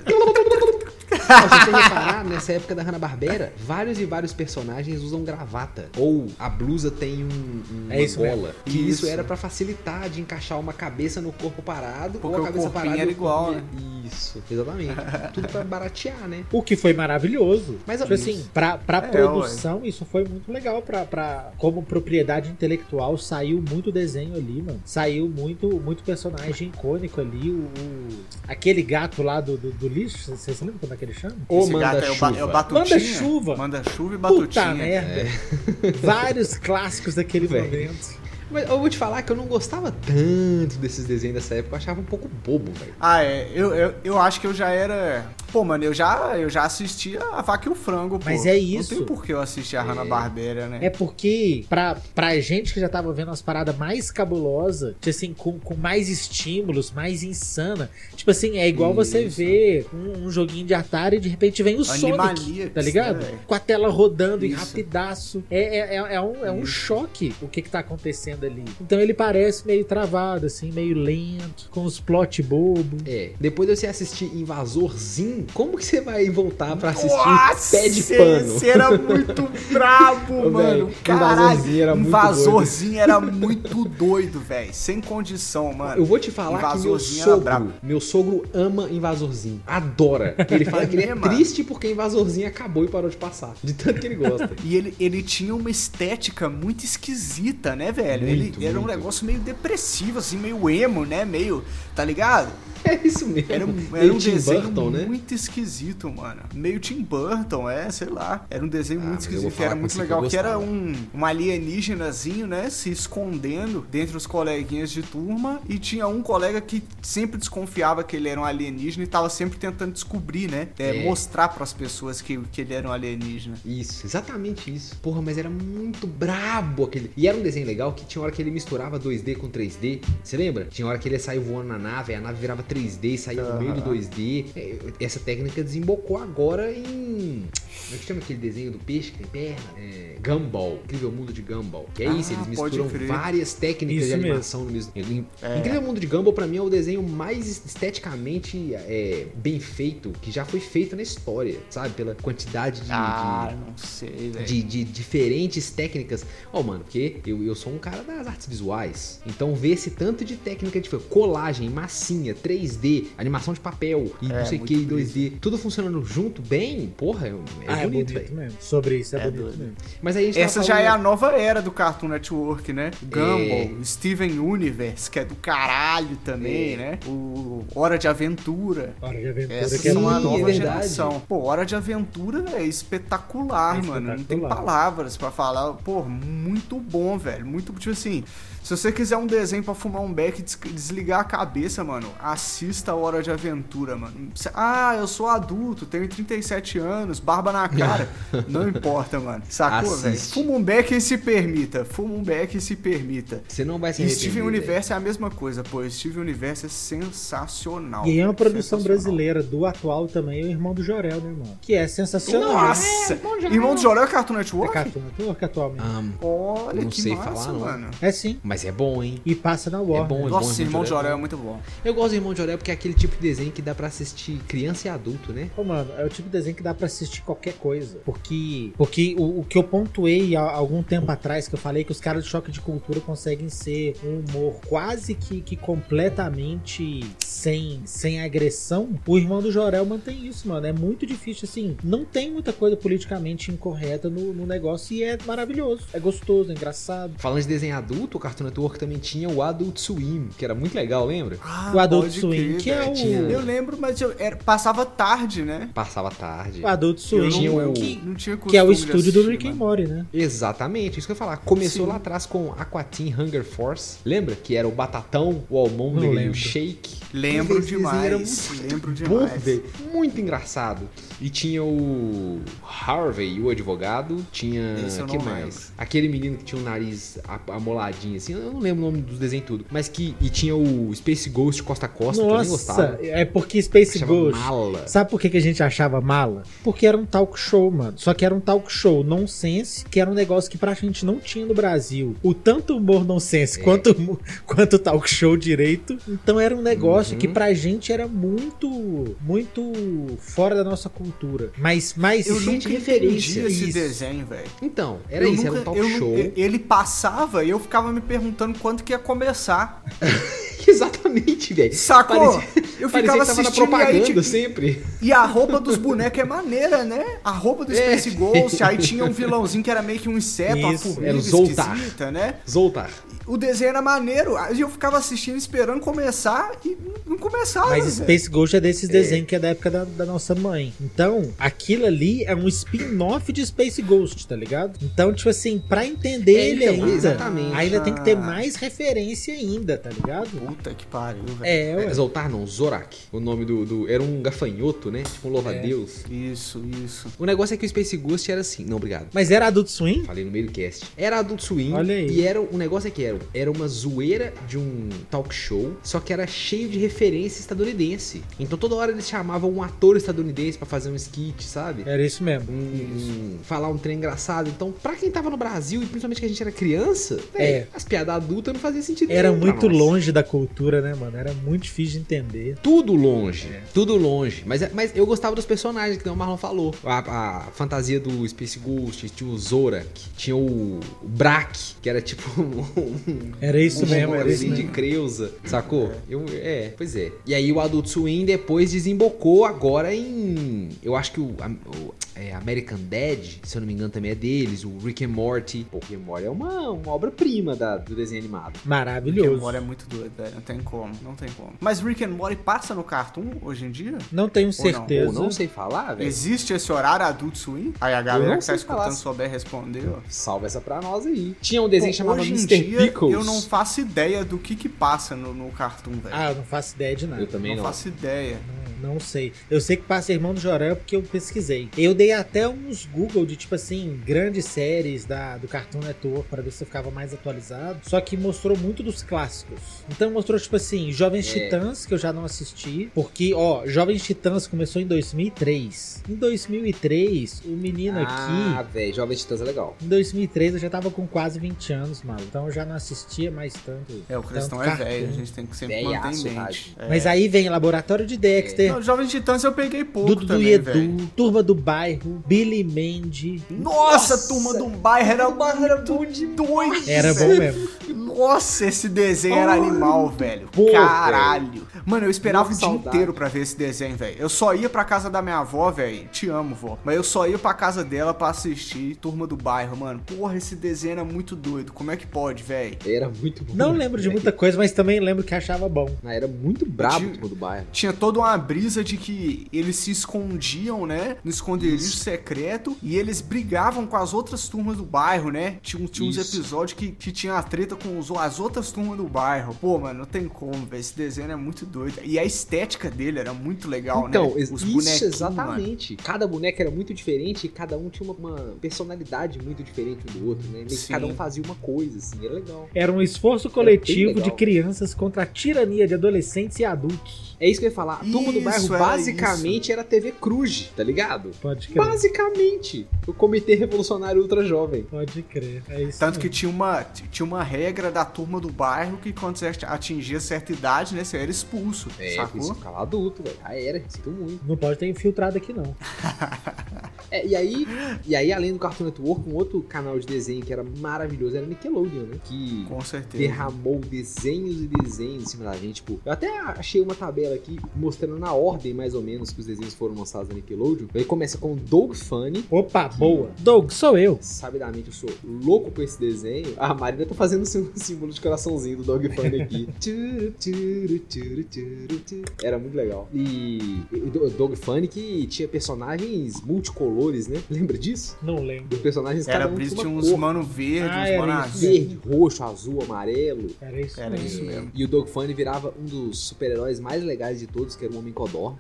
S3: Não, se você reparar, nessa época da Hanna-Barbera, vários e vários personagens usam gravata. Ou a blusa tem um, um-
S1: É
S3: uma
S1: isso mesmo.
S3: gola. Que isso.
S2: Isso.
S3: era pra facilitar de encaixar uma cabeça no corpo parado
S2: Porque
S3: ou
S2: o
S3: a cabeça
S2: corpinho
S3: parada. e
S2: era
S3: o
S2: igual, né?
S3: corpinho- Isso, exatamente. Tudo pra baratear, né?
S1: O que foi maravilhoso.
S3: Mas,
S1: tipo
S3: isso.
S1: assim, pra, pra
S2: É,
S1: produção, isso foi muito legal. Pra, pra, como propriedade intelectual, saiu muito desenho ali, mano. Saiu muito, muito personagem icônico ali. O, o- aquele gato lá do, do, do lixo, vocês lembram como é que ele chama?
S3: Ô,
S2: Esse gato é o, ba-
S3: manda-chuva.
S2: é o Batutinha.
S1: Manda chuva.
S2: Manda chuva e
S1: Puta
S2: Batutinha.
S1: merda. Vários clássicos daquele
S3: Velho.
S1: momento.
S3: Mas eu vou te falar que eu não gostava tanto desses desenhos dessa época, eu achava um pouco bobo, velho.
S2: Ah, é. Eu, eu, eu acho que eu já era. Pô, mano, eu já, eu já assistia a Vaca e o Frango, pô.
S1: Mas é isso.
S2: Não tem por que eu assistir a
S3: É.
S2: Hanna-Barbera, né?
S1: É porque, pra, pra gente que já tava vendo as paradas mais cabulosas, tipo assim, com, com mais estímulos, mais insana. Tipo assim, é igual você
S3: Isso.
S1: ver um, um joguinho de Atari e de repente vem o Sonic,
S2: Animaniacs,
S1: tá ligado?
S2: né, velho?
S1: Com a tela rodando e
S2: Isso.
S1: rapidaço. É, é, é, é um, é um
S2: Isso.
S1: choque o que que tá acontecendo ali. Então ele parece meio travado, assim, meio lento, com os plot bobo.
S3: É, depois de você assistir Invasorzinho, como que você vai voltar pra assistir
S2: Nossa,
S3: Pé de Pano?
S2: Esse era muito brabo,
S3: Ô,
S2: mano.
S3: velho,
S2: Caralho.
S3: Invasorzinho era muito doido.
S2: Invasorzinho era muito doido, velho. Sem condição, mano.
S3: Eu vou te falar que meu
S2: Invasorzinho era
S3: sogro,
S2: brabo.
S3: meu sogro ama Invasorzinho, adora. Ele fala
S2: É
S3: que ele é
S2: mesmo?
S3: triste porque Invasorzinho acabou e parou de passar, de tanto que ele gosta.
S2: E ele, ele tinha uma estética muito esquisita, né, velho?
S3: Muito,
S2: ele era um
S3: muito.
S2: negócio meio depressivo, assim, meio emo, né? Meio. Tá ligado?
S3: É isso mesmo.
S2: Era, um- era
S3: Meio
S2: um
S3: Tim
S2: desenho
S3: Burton, né?
S2: muito esquisito, mano. Meio Tim Burton, é, sei lá. Era um desenho
S3: Ah,
S2: muito
S3: mas eu vou
S2: esquisito, que
S3: falar
S2: era
S3: com
S2: muito
S3: você que
S2: legal.
S3: eu
S2: Que era
S3: gostava.
S2: um, um alienígenazinho, né? Se escondendo dentre os coleguinhas de turma. E tinha um colega que sempre desconfiava que ele era um alienígena e tava sempre tentando descobrir, né? É,
S3: É.
S2: Mostrar pras pessoas que, que ele era um alienígena.
S3: Isso, exatamente isso. Porra, mas era muito brabo aquele. E era um desenho legal que tinha hora que ele misturava 2D com 3D. Você lembra? Tinha hora que ele saiu voando na nave, a nave virava 3D e saía no meio do 2D. É, Essa técnica desembocou agora em. Como é que chama aquele desenho do peixe que tem perna? É, Gumball. Incrível Mundo de Gumball. Que é
S2: Ah,
S3: isso, eles
S2: pode
S3: misturam
S2: crer.
S3: várias técnicas
S1: Isso
S3: de
S1: mesmo.
S3: animação no mesmo. Incrível Mundo de Gumball, pra mim, é o desenho mais esteticamente é, bem feito que já foi feito na história, sabe? Pela quantidade de- de,
S2: Ah, não sei, velho.
S3: de, de diferentes técnicas. Ó, mano, porque eu, eu sou um cara das artes visuais. Então ver esse tanto de técnica de tipo, colagem, massinha, 3D, animação de papel e não
S2: É,
S3: sei o
S2: muito
S3: que, e 2D, tudo funcionando junto bem, porra, é, é
S1: ah,
S3: bonito,
S1: é
S3: velho.
S1: bonito mesmo. Sobre isso, é,
S2: É
S1: bonito
S2: doido.
S1: mesmo.
S3: Mas aí a gente tava
S2: Essa já
S3: tá falando-
S2: é a nova era do Cartoon Network, né? Gumball,
S3: É.
S2: Steven Universe, que é do caralho também,
S3: É.
S2: né? O Hora de Aventura.
S1: Hora de aventura
S2: Essa
S1: que é
S3: Sim,
S2: são a
S1: muito
S3: é
S2: nova
S3: verdade.
S2: geração. Pô, Hora de Aventura é espetacular,
S1: É
S2: mano. Não tem
S1: espetacular.
S2: palavras pra falar. Pô, muito bom, velho. Muito, tipo assim, se você quiser um desenho pra fumar um beck e des- desligar a cabeça, mano, assista a Hora de Aventura, mano. Ah, eu sou adulto, tenho 37 anos, barba na cara. não importa, mano. Sacou, velho?
S3: Assiste.
S2: Fuma um beck e se permita. Fuma um beck e se permita.
S3: Você não vai se
S2: E
S3: arrepender.
S2: Steven
S3: velho.
S2: Universo é a mesma coisa, pô. Steven Universo é sensacional.
S1: E é uma produção
S2: Sensacional.
S1: brasileira do atual também, o Irmão do Jorel, né, irmão? Que é sensacional.
S2: Nossa! Irmão do Jorel é Cartoon
S1: É
S2: Network?
S1: Cartoon Network atualmente.
S3: Amo.
S2: Olha
S3: Não
S2: que
S3: sei
S2: massa,
S3: falar, não.
S2: mano.
S1: É sim.
S3: Mas é bom, hein?
S1: E passa na
S3: É
S1: Warner.
S3: bom, é bom.
S2: Nossa, Irmão do Jorel é muito bom.
S3: Eu gosto do Irmão de Orel porque é aquele tipo de desenho que dá pra assistir criança e adulto, né?
S1: Pô, mano, é o tipo de desenho que dá pra assistir qualquer coisa. Porque, porque o, o que eu pontuei há algum tempo atrás, que eu falei que os caras de choque de cultura conseguem ser um humor quase que, que completamente sem, sem agressão, o irmão do Jorel mantém isso, mano. É muito difícil, assim. Não tem muita coisa politicamente incorreta no, no negócio e é maravilhoso. É gostoso, é engraçado.
S3: Falando de desenho adulto, o Cartoon Network também tinha o Adult Swim, que era muito legal, lembra?
S2: Ah,
S1: O Adult
S2: pode
S1: Swim,
S2: crer,
S1: que é
S2: velho.
S1: o-
S3: Tinha-
S2: Eu lembro, mas eu era- passava tarde, né?
S3: Passava tarde.
S1: O Adult Swim,
S3: Tinha
S2: eu
S3: o-
S1: que,
S2: não tinha
S1: que é o
S2: costume de
S1: estúdio do
S2: assistir,
S1: Rick and
S2: mano.
S1: Morty, né?
S3: Exatamente, isso que eu ia falar. Começou
S2: Sim.
S3: lá atrás com Aquatin Hunger Force. Lembra? Que era o Batatão, o
S1: Não
S3: Almôndega e o
S1: lembro.
S3: Shake.
S2: Lembro
S3: Esse desenho
S2: demais.
S3: era
S2: lembro
S3: Bom,
S2: demais.
S3: velho. Muito engraçado. E tinha o Harvey, o advogado. Tinha.
S2: Esse eu
S3: que
S2: não
S3: mais? Aquele menino que tinha o nariz a- amoladinho, assim. Eu não lembro o nome do desenho tudo. Mas que. E tinha o Space Ghost Costa a Costa, que eu nem
S1: Nossa,
S3: gostava.
S1: é porque Space
S3: Achava
S1: Ghost.
S3: mala.
S1: Sabe por que, que a gente achava mala? Porque era um talk show, mano. Só que era um talk show nonsense, que era um negócio que pra gente não tinha no Brasil. O tanto humor nonsense
S3: É.
S1: quanto, humo- quanto talk show direito. Então era um negócio
S3: Uhum.
S1: que pra gente era muito, muito fora da nossa cultura. Mas, mas
S2: Eu
S3: Sim,
S2: nunca
S3: de
S2: entendi
S3: referência.
S2: esse
S1: Isso.
S2: desenho, velho.
S3: Então, era
S2: Eu
S3: isso, era um
S2: nunca-
S3: talk
S2: eu nu-
S3: show.
S2: Ele passava e eu ficava me perguntando quando que ia começar.
S3: Exatamente, velho.
S2: Sacou?
S3: Parecia-
S2: eu
S3: Parecia
S2: ficava
S3: que tava na
S2: assistindo e aí tipo,
S3: propaganda
S2: tinha-
S3: sempre.
S2: E a roupa dos bonecos é maneira, né? A roupa do Space Ghost, aí tinha um vilãozinho que era meio que um inseto, uma
S1: É. Isso,
S2: formiga
S3: era o Zoltar.
S2: esquisita, né?
S3: Zoltar.
S2: O desenho era maneiro, aí eu ficava assistindo, esperando começar e não começava,
S1: Mas
S2: velho.
S1: Space Ghost é desses desenhos que é da época da, da nossa mãe. Então, aquilo ali é um spin-off de Space Ghost, tá ligado? Então, tipo assim, pra entender
S3: É,
S1: ele
S3: então,
S1: ainda,
S3: exatamente.
S1: ainda tem que ter
S2: Ah.
S1: mais referência ainda, tá ligado?
S2: Puta que pariu, velho.
S1: É, ué.
S3: É, Zoltar não, Zorak. O nome do, do- Era um gafanhoto, né? Tipo um louva-a-deus.
S1: É.
S2: Isso, isso.
S3: O negócio é que o Space Ghost era assim. Não, obrigado.
S1: Mas era Adult Swim?
S3: Falei no meio do cast. Era Adult Swim.
S1: Olha aí.
S3: E era, o negócio é que era, era uma zoeira de um talk show, só que era cheio de referência estadunidense. Então toda hora eles chamavam um ator estadunidense pra fazer um skit, sabe?
S1: Era isso mesmo.
S3: Um, um- falar um trem engraçado. Então, pra quem tava no Brasil, e principalmente que a gente era criança,
S1: É.
S3: véi, as piadas adultas não faziam sentido
S1: Era
S3: nenhum pra
S1: muito
S3: nós.
S1: longe da cultura, né, mano? Era muito difícil de entender.
S3: Tudo longe,
S1: É.
S3: tudo longe. Mas, é, mas eu gostava dos personagens, que nem o Marlon falou. A, a fantasia do Space Ghost, tinha o Zorak, tinha o, o Brak, que era tipo um, um
S1: Era isso
S3: um
S1: mesmo, era isso
S3: robozinho de
S1: mesmo.
S3: Creuza, sacou? Eu, é, pois é. E aí o Adult Swim depois desembocou agora em. Eu acho que o, a- o- é, American Dad, se eu não me engano, também é deles. O Rick and Morty. Pô, Rick and Morty é uma, uma obra-prima da- do desenho animado.
S2: Rick and
S1: Maravilhoso.
S2: Morty é muito doido, velho. Não tem como, não tem como. Mas Rick and Morty passa no Cartoon hoje em dia?
S1: Não tenho
S2: não, ou
S1: certeza.
S3: Ou não sei falar, velho.
S2: Existe esse horário Adult Swim? Aí a
S3: não
S2: galera que tá
S3: sei falar.
S2: escutando souber responder, ó.
S3: Salva essa pra nós aí. Tinha um desenho
S2: Pô,
S3: chamado
S2: hoje em
S3: Mr.
S2: dia,
S3: Pickles.
S2: eu não faço ideia do que que passa no, no Cartoon, velho.
S1: Ah, eu não faço ideia de nada.
S3: Eu também
S2: não,
S3: não.
S2: faço ideia.
S1: Não sei. Eu sei que passa Irmão do Jorel porque eu pesquisei. Eu dei até uns Google de, tipo assim, grandes séries da, do Cartoon Network para ver se eu ficava mais atualizado. Só que mostrou muito dos clássicos. Então mostrou, tipo assim, Jovens
S3: É.
S1: Titãs, que eu já não assisti. Porque, ó, Jovens Titãs começou em 2003. Em 2003, o menino
S3: Ah,
S1: aqui...
S3: velho, Jovem Titãs é legal.
S1: Em 2003 eu já tava com quase 20 anos, malo. Então eu já não assistia mais tanto.
S2: É, o Cristão
S1: tanto
S2: é velho, a
S1: cartoon.
S2: gente tem que sempre
S3: Velhaço,
S2: manter em mente.
S3: Rádio.
S2: É.
S1: Mas aí vem Laboratório de Dexter,
S3: É.
S2: Não, Jovem Titãs eu peguei pouco
S1: É. Dudu
S2: também,
S1: e Edu,
S2: velho.
S1: Turma do Bairro, Billy Mandy.
S2: Nossa,
S3: Nossa.
S2: Turma do Bairro era muito doido,
S1: Era bom
S2: velho.
S1: mesmo.
S2: Nossa, esse desenho era animal, velho.
S1: Pô,
S2: Caralho. Mano, eu esperava
S3: Nossa,
S2: o dia
S3: saudade.
S2: inteiro pra ver esse desenho, velho. Eu só ia pra casa da minha avó, velho. Te amo, vó. Mas eu só ia pra casa dela pra assistir Turma do Bairro, mano. Porra, esse desenho era muito doido. Como é que pode, velho?
S3: Era muito bom.
S1: Não lembro de
S3: velho.
S1: muita coisa, mas também lembro que achava bom.
S3: Ah, Era muito brabo
S2: Eu
S3: o
S2: tive-
S3: tipo do bairro.
S2: Tinha toda uma brisa de que eles se escondiam, né? No esconderijo secreto. E eles brigavam com as outras turmas do bairro, né? Tinha, um- tinha uns
S3: Isso.
S2: episódios que, que tinha a treta com os- as outras turmas do bairro. Pô, mano, não tem como, velho. Esse desenho é muito doido. E a estética dele era muito legal,
S3: Então,
S2: né?
S3: ex- isso exatamente. Cada boneco era muito diferente e cada um tinha uma, uma personalidade muito diferente um do outro, né? Meio que
S2: Sim.
S3: Cada um fazia uma coisa, assim, era legal.
S1: Era um esforço
S3: É
S1: coletivo
S3: bem
S1: de
S3: legal.
S1: crianças contra a tirania de adolescentes e adultos.
S3: É isso que eu ia falar. A turma do
S2: Isso,
S3: bairro
S2: era
S3: basicamente era TV Cruz, tá ligado?
S1: Pode crer.
S3: Basicamente, o Comitê Revolucionário Ultra Jovem.
S1: Pode crer. É isso.
S2: Tanto que
S1: mesmo.
S2: tinha uma, t- tinha uma regra da turma do bairro que quando você atingia certa idade, né, você era expulso,
S3: Sacou?
S2: sacou?
S3: É, isso ficava adulto, velho. Ah, era, sinto muito.
S1: Não pode ter infiltrado aqui, não.
S3: É, e aí, e aí, além do Cartoon Network, um outro canal de desenho que era maravilhoso era Nickelodeon, né? Que
S2: Com certeza.
S3: derramou desenhos e desenhos em cima da gente. Tipo, eu até achei uma tabela aqui mostrando na ordem, mais ou menos, que os desenhos foram lançados na Nickelodeon. Aí começa com Doug Funny.
S1: Opa, boa. Doug, sou eu.
S3: Sabidamente eu sou louco com esse desenho. A Marina tá fazendo o sim- símbolo de coraçãozinho do Dog Funny aqui. Tchuru, tchuru, tchuru, tchuru, tchuru. Era muito legal. E o Do- Dog Funny que tinha personagens multicolores, né? Lembra disso?
S1: Não lembro.
S3: Dos personagens
S2: Era
S3: cada um
S2: brisa,
S3: tinha
S2: tinha
S3: uma
S2: uns
S3: cor.
S2: mano verde,
S1: Ah,
S2: uns
S1: era
S2: mano
S1: isso.
S2: azul.
S3: Verde, roxo, azul, amarelo.
S1: Era isso
S2: Era
S1: mesmo.
S2: É isso mesmo.
S3: E o Dog Funny virava um dos super-heróis mais legais de todos, que era o Homem Codó.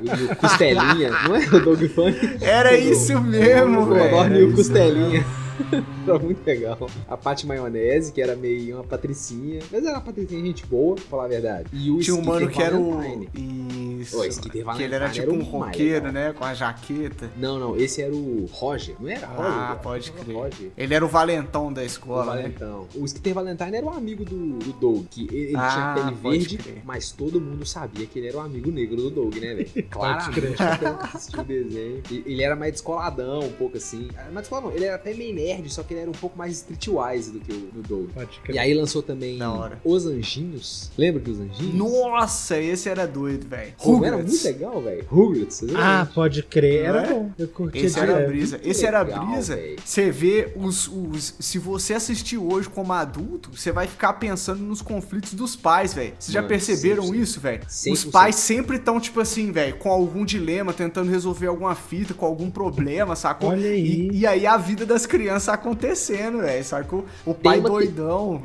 S3: e o Costelinha, não era o Dog Funny?
S2: Era isso mesmo,
S3: o Homem Codó
S2: velho.
S3: e o Costelinha. era muito legal. A Paty Maionese, que era meio uma patricinha. Mas era uma patricinha gente boa, pra falar a verdade. E o
S2: Tinha um
S3: Skitter
S2: mano que era o.
S3: Valentine.
S2: Isso.
S3: Ô, esse Skitter
S2: Que ele
S3: Valentine
S2: era tipo um
S3: o mais
S2: roqueiro,
S3: legal.
S2: né? Com a jaqueta.
S3: Não, não, esse era o Roger. Não era
S2: Ah,
S3: Roger? cara?
S2: pode
S3: Era
S2: crer.
S3: Roger.
S2: Ele era o valentão da
S3: O
S2: escola, né?
S3: Valentão. O Skitter Valentine era um amigo do, do Doug. que ele ele
S2: Ah,
S3: tinha pele
S2: pode
S3: verde,
S2: crer.
S3: mas todo mundo sabia que ele era um amigo negro do Doug, né, velho?
S1: crer.
S3: Claramente, então, pelo que assistiu o desenho. E- Ele era mais descoladão, um pouco assim. Ah, Mas descolado não, ele era até meio nerd, só que ele era um pouco mais streetwise do que o do Doug.
S1: Pode crer.
S3: E aí lançou também
S2: Da hora.
S3: Os Anjinhos. Lembra dos Anjinhos?
S2: Nossa, esse era doido, velho.
S3: Pô, era
S2: Rugrats.
S3: muito legal, velho. Rugrats.
S1: Ah,
S3: exatamente.
S1: pode crer. Era
S2: Não é?
S1: bom. Eu curtia
S2: Esse era a
S1: direto.
S2: brisa.
S3: Que
S2: Esse era a
S3: legal,
S2: brisa.
S3: véi.
S2: Você vê os, os. Se você assistir hoje como adulto, você vai ficar pensando nos conflitos dos pais, velho. Vocês já
S3: Mano,
S2: perceberam
S3: 100%.
S2: isso, velho? Os
S3: 100%.
S2: pais sempre estão, tipo assim, velho, com algum dilema, tentando resolver alguma fita, com algum problema, sacou?
S1: Olha aí.
S2: E, e aí a vida das crianças acontecendo, velho, sacou? O pai
S3: uma te-
S2: doidão.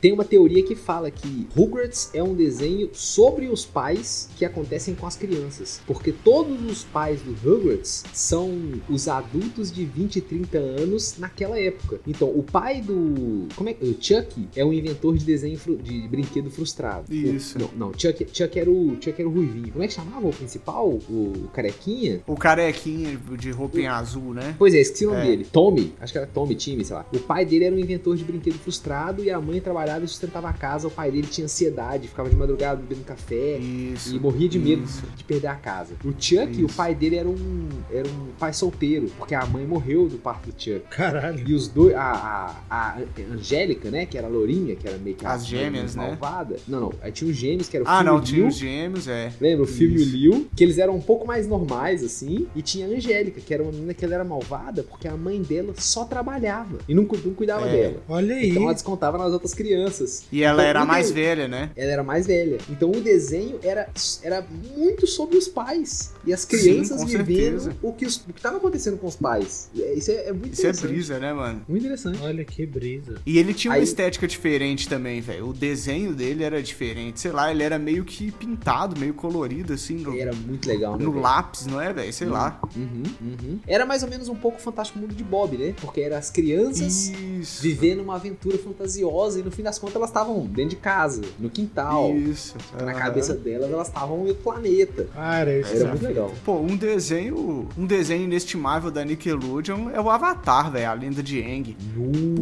S3: Tem uma teoria que fala que Rugrats é um desenho sobre os pais que acontecem com as crianças. Porque todos os pais do Rugrats são os adultos de 20 e 30 anos naquela época. Então, o pai do. Como é que. O Chuck é um inventor de desenho fru- de brinquedo frustrado.
S2: Isso.
S3: O- não, não, Chuck, Chuck, era o, Chuck era o Ruivinho. Como é que chamava o principal? O, o carequinha?
S2: O carequinha de roupinha azul, né?
S3: Pois é, esqueci o nome
S2: É.
S3: dele. Tommy, acho que era Tommy Timmy, sei lá. O pai dele era um inventor de brinquedo frustrado e a mãe trabalhava e sustentava a casa. O pai dele tinha ansiedade, ficava de madrugada bebendo café
S2: Isso.
S3: É. e morria de medo
S2: isso.
S3: de perder a casa. O Chuck,
S2: Isso.
S3: o pai dele era um, era um pai solteiro, porque a mãe morreu do parto do Chuck.
S1: Caralho.
S3: E os dois, a, a, a Angélica, né, que era a Lourinha, que era meio que a
S2: As gêmeas, né?
S3: malvada. Não, não, aí tinha os gêmeos, que era o
S2: Ah,
S3: filho um?
S2: não,
S3: do
S2: tinha
S3: Bill.
S2: os gêmeos, é.
S3: Lembra? O Phil e o
S2: Isso.
S3: Liu, que eles eram um pouco mais normais, assim. E tinha a Angélica, que era uma menina que ela era malvada porque a mãe dela só trabalhava e não, cu- não cuidava
S2: É.
S3: dela.
S1: Olha aí.
S3: Então ela
S2: assim,
S3: descontava nas outras crianças.
S2: E ela
S3: Então,
S2: era a
S3: o
S2: mais
S3: de-
S2: velha, né?
S3: Ela era mais velha. Então o desenho era, era muito sobre os pais. E as crianças
S2: com
S3: vivendo
S2: certeza.
S3: o que, os- o que tava acontecendo com os pais. É, Isso é, é muito
S2: Isso é
S3: interessante.
S2: brisa, né, mano?
S3: Muito interessante.
S1: Olha que brisa.
S2: E ele tinha uma
S3: Aí-
S2: estética diferente também, velho. O desenho dele era diferente. Sei lá, ele era meio que pintado, meio colorido, assim, no,
S3: Era muito legal, né?
S2: no
S3: velho?
S2: lápis, não é, velho? Sei lá.
S3: Uhum, uhum. Era mais ou menos um pouco o Fantástico Mundo de Bob, né? Porque eram as crianças
S2: Isso.
S3: vivendo uma aventura fantasiosa e no fim das contas elas estavam dentro de casa, no quintal.
S2: Isso.
S3: Na
S2: Aham.
S3: cabeça delas elas estavam em outro planeta.
S1: Ah, era isso.
S3: Era muito legal.
S2: Pô, um desenho, um desenho inestimável da Nickelodeon é o Avatar, velho, a lenda de Aang.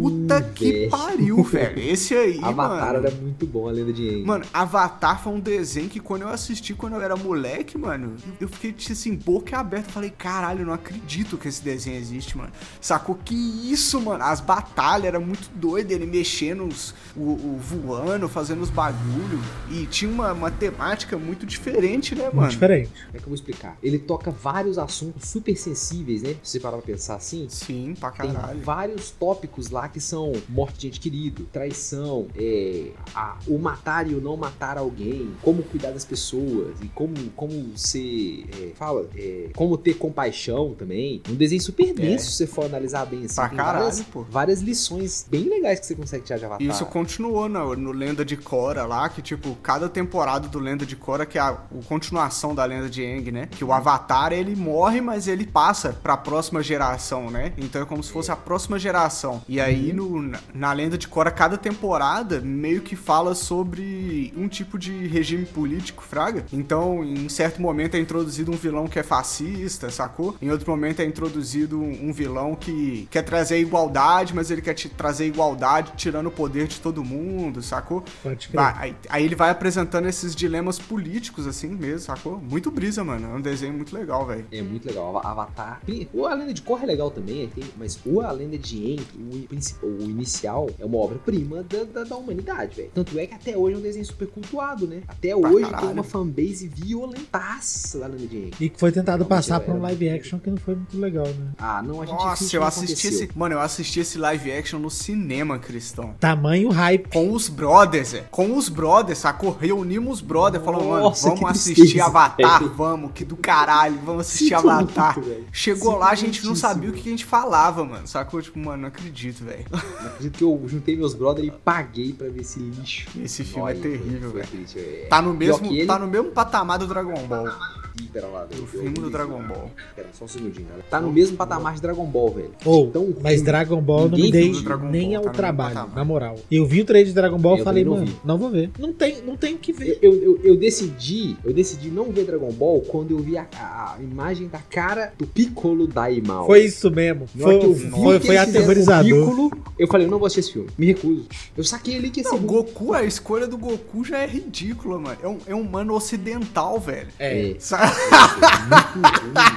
S2: Puta
S3: Nu,
S2: que
S3: velho.
S2: pariu, velho. Esse aí,
S3: Hum, Avatar
S2: mano.
S3: era muito bom, a lenda de Aang.
S2: Mano, Avatar foi um desenho que quando eu assisti quando eu era moleque, mano, eu fiquei tipo assim, boca aberta. Falei, caralho, eu não acredito que esse desenho existe, mano. Sacou que isso, mano? As batalhas era muito doido, ele mexendo, os, o, o voando, fazendo os bagulho. E tinha uma, uma temática muito diferente diferente, né,
S1: Muito
S2: mano?
S1: diferente.
S3: Como é que eu vou explicar? Ele toca vários assuntos super sensíveis, né? Se você parar pra pensar assim,
S2: Sim, pra
S3: Tem
S2: caralho.
S3: vários tópicos lá que são morte de ente querido, traição, é, a- o matar e o não matar alguém, como cuidar das pessoas e como, como ser. é, fala, é, como ter compaixão também. Um desenho super denso, se você for analisar bem assim.
S2: É. Pra
S3: tem
S2: caralho,
S3: várias,
S2: pô.
S3: várias lições bem legais que você consegue tirar de Avatar.
S2: E isso continuou na- no Lenda de Cora lá, que tipo, cada temporada do Lenda de Cora, que é a, o continuação da Lenda de Aang, né? Que o Avatar, ele morre, mas ele passa pra próxima geração, né? Então é como se fosse a próxima geração. E aí, no, na, na Lenda de Cora, cada temporada meio que fala sobre um tipo de regime político, fraga. Então, em certo momento é introduzido um vilão que é fascista, sacou? Em outro momento é introduzido um um vilão que quer trazer a igualdade, mas ele quer te trazer a igualdade tirando o poder de todo mundo, sacou?
S1: Pode crer.
S2: Vai- aí, aí ele vai apresentando esses dilemas políticos, assim mesmo, sacou? Muito brisa, mano. É um desenho muito legal, velho.
S3: É muito legal. Ava- Avatar. Pri- O A Lenda de Korra é legal também, tem- mas o A Lenda de Aang, o, in- princi- o inicial, é uma obra-prima da, da, da humanidade, velho. Tanto é que até hoje é um desenho super cultuado, né? Até hoje tem
S2: caralho.
S3: uma fanbase violentaça da Lenda de Aang.
S1: E que foi tentado
S3: Não, é-
S1: passar
S3: tira,
S1: pra um
S3: era
S1: live
S3: muito-
S1: action que não foi muito legal, né?
S3: Ah, não, a gente finge
S2: Nossa,
S3: que
S2: eu
S3: não
S2: assisti
S3: aconteceu.
S2: esse. Mano, eu assisti esse live action no cinema, Cristão.
S1: Tamanho hype.
S2: Com os brothers, é. Com os brothers, sacou? Reunimos os brothers, falando, mano,
S3: Nossa,
S2: vamos
S3: que
S2: assistir
S3: tristeza,
S2: Avatar,
S3: velho.
S2: vamos, que do caralho, vamos assistir
S3: Sinto
S2: Avatar.
S3: muito, velho.
S2: Chegou
S3: Sinto
S2: lá, a gente não
S3: muitíssimo.
S2: sabia o que a gente falava, mano, sacou? Tipo, mano, não acredito, velho.
S3: Não acredito que eu juntei meus brothers e paguei pra ver esse lixo.
S2: Esse filme é
S3: Olha,
S2: terrível,
S3: foi
S2: velho.
S3: triste, é.
S2: Tá no
S3: Pior
S2: mesmo,
S3: que ele-
S2: tá no mesmo patamar do Dragon Ball.
S3: Ih, pera lá,
S2: Do
S3: eu-
S2: filme
S3: eu-
S2: do Dragon Ball.
S3: Pera, só um segundinho, galera. Tá no mesmo patamar de Dragon Ball, velho.
S1: Ou,
S3: Tão
S1: mas
S3: ruim.
S1: Dragon Ball eu não me
S3: Ninguém
S1: dei
S3: viu
S2: Dragon
S1: nem
S2: Ball,
S1: ao
S2: tá no
S1: trabalho,
S2: patamar.
S1: na moral. Eu vi o trailer de Dragon Ball
S3: Eu
S1: e falei,
S3: também não
S1: mano,
S3: vi.
S1: não vou ver. Não tem, não tem o que ver.
S3: Eu, eu, eu decidi, eu decidi não ver Dragon Ball quando eu vi a, a- a imagem da cara do Piccolo Daimao.
S1: Foi isso mesmo.
S3: Na hora
S1: Foi,
S3: que eu vi o
S1: foi,
S3: que
S1: foi
S3: eles fizeram com o
S1: aterrorizador.
S3: Piccolo, eu falei, eu não vou assistir esse filme, me recuso. Eu saquei ali que esse é
S2: Não, o
S3: filme-
S2: Goku, a escolha do Goku já é ridícula, mano. É um, é um mano ocidental, velho.
S3: é,
S2: Sabe?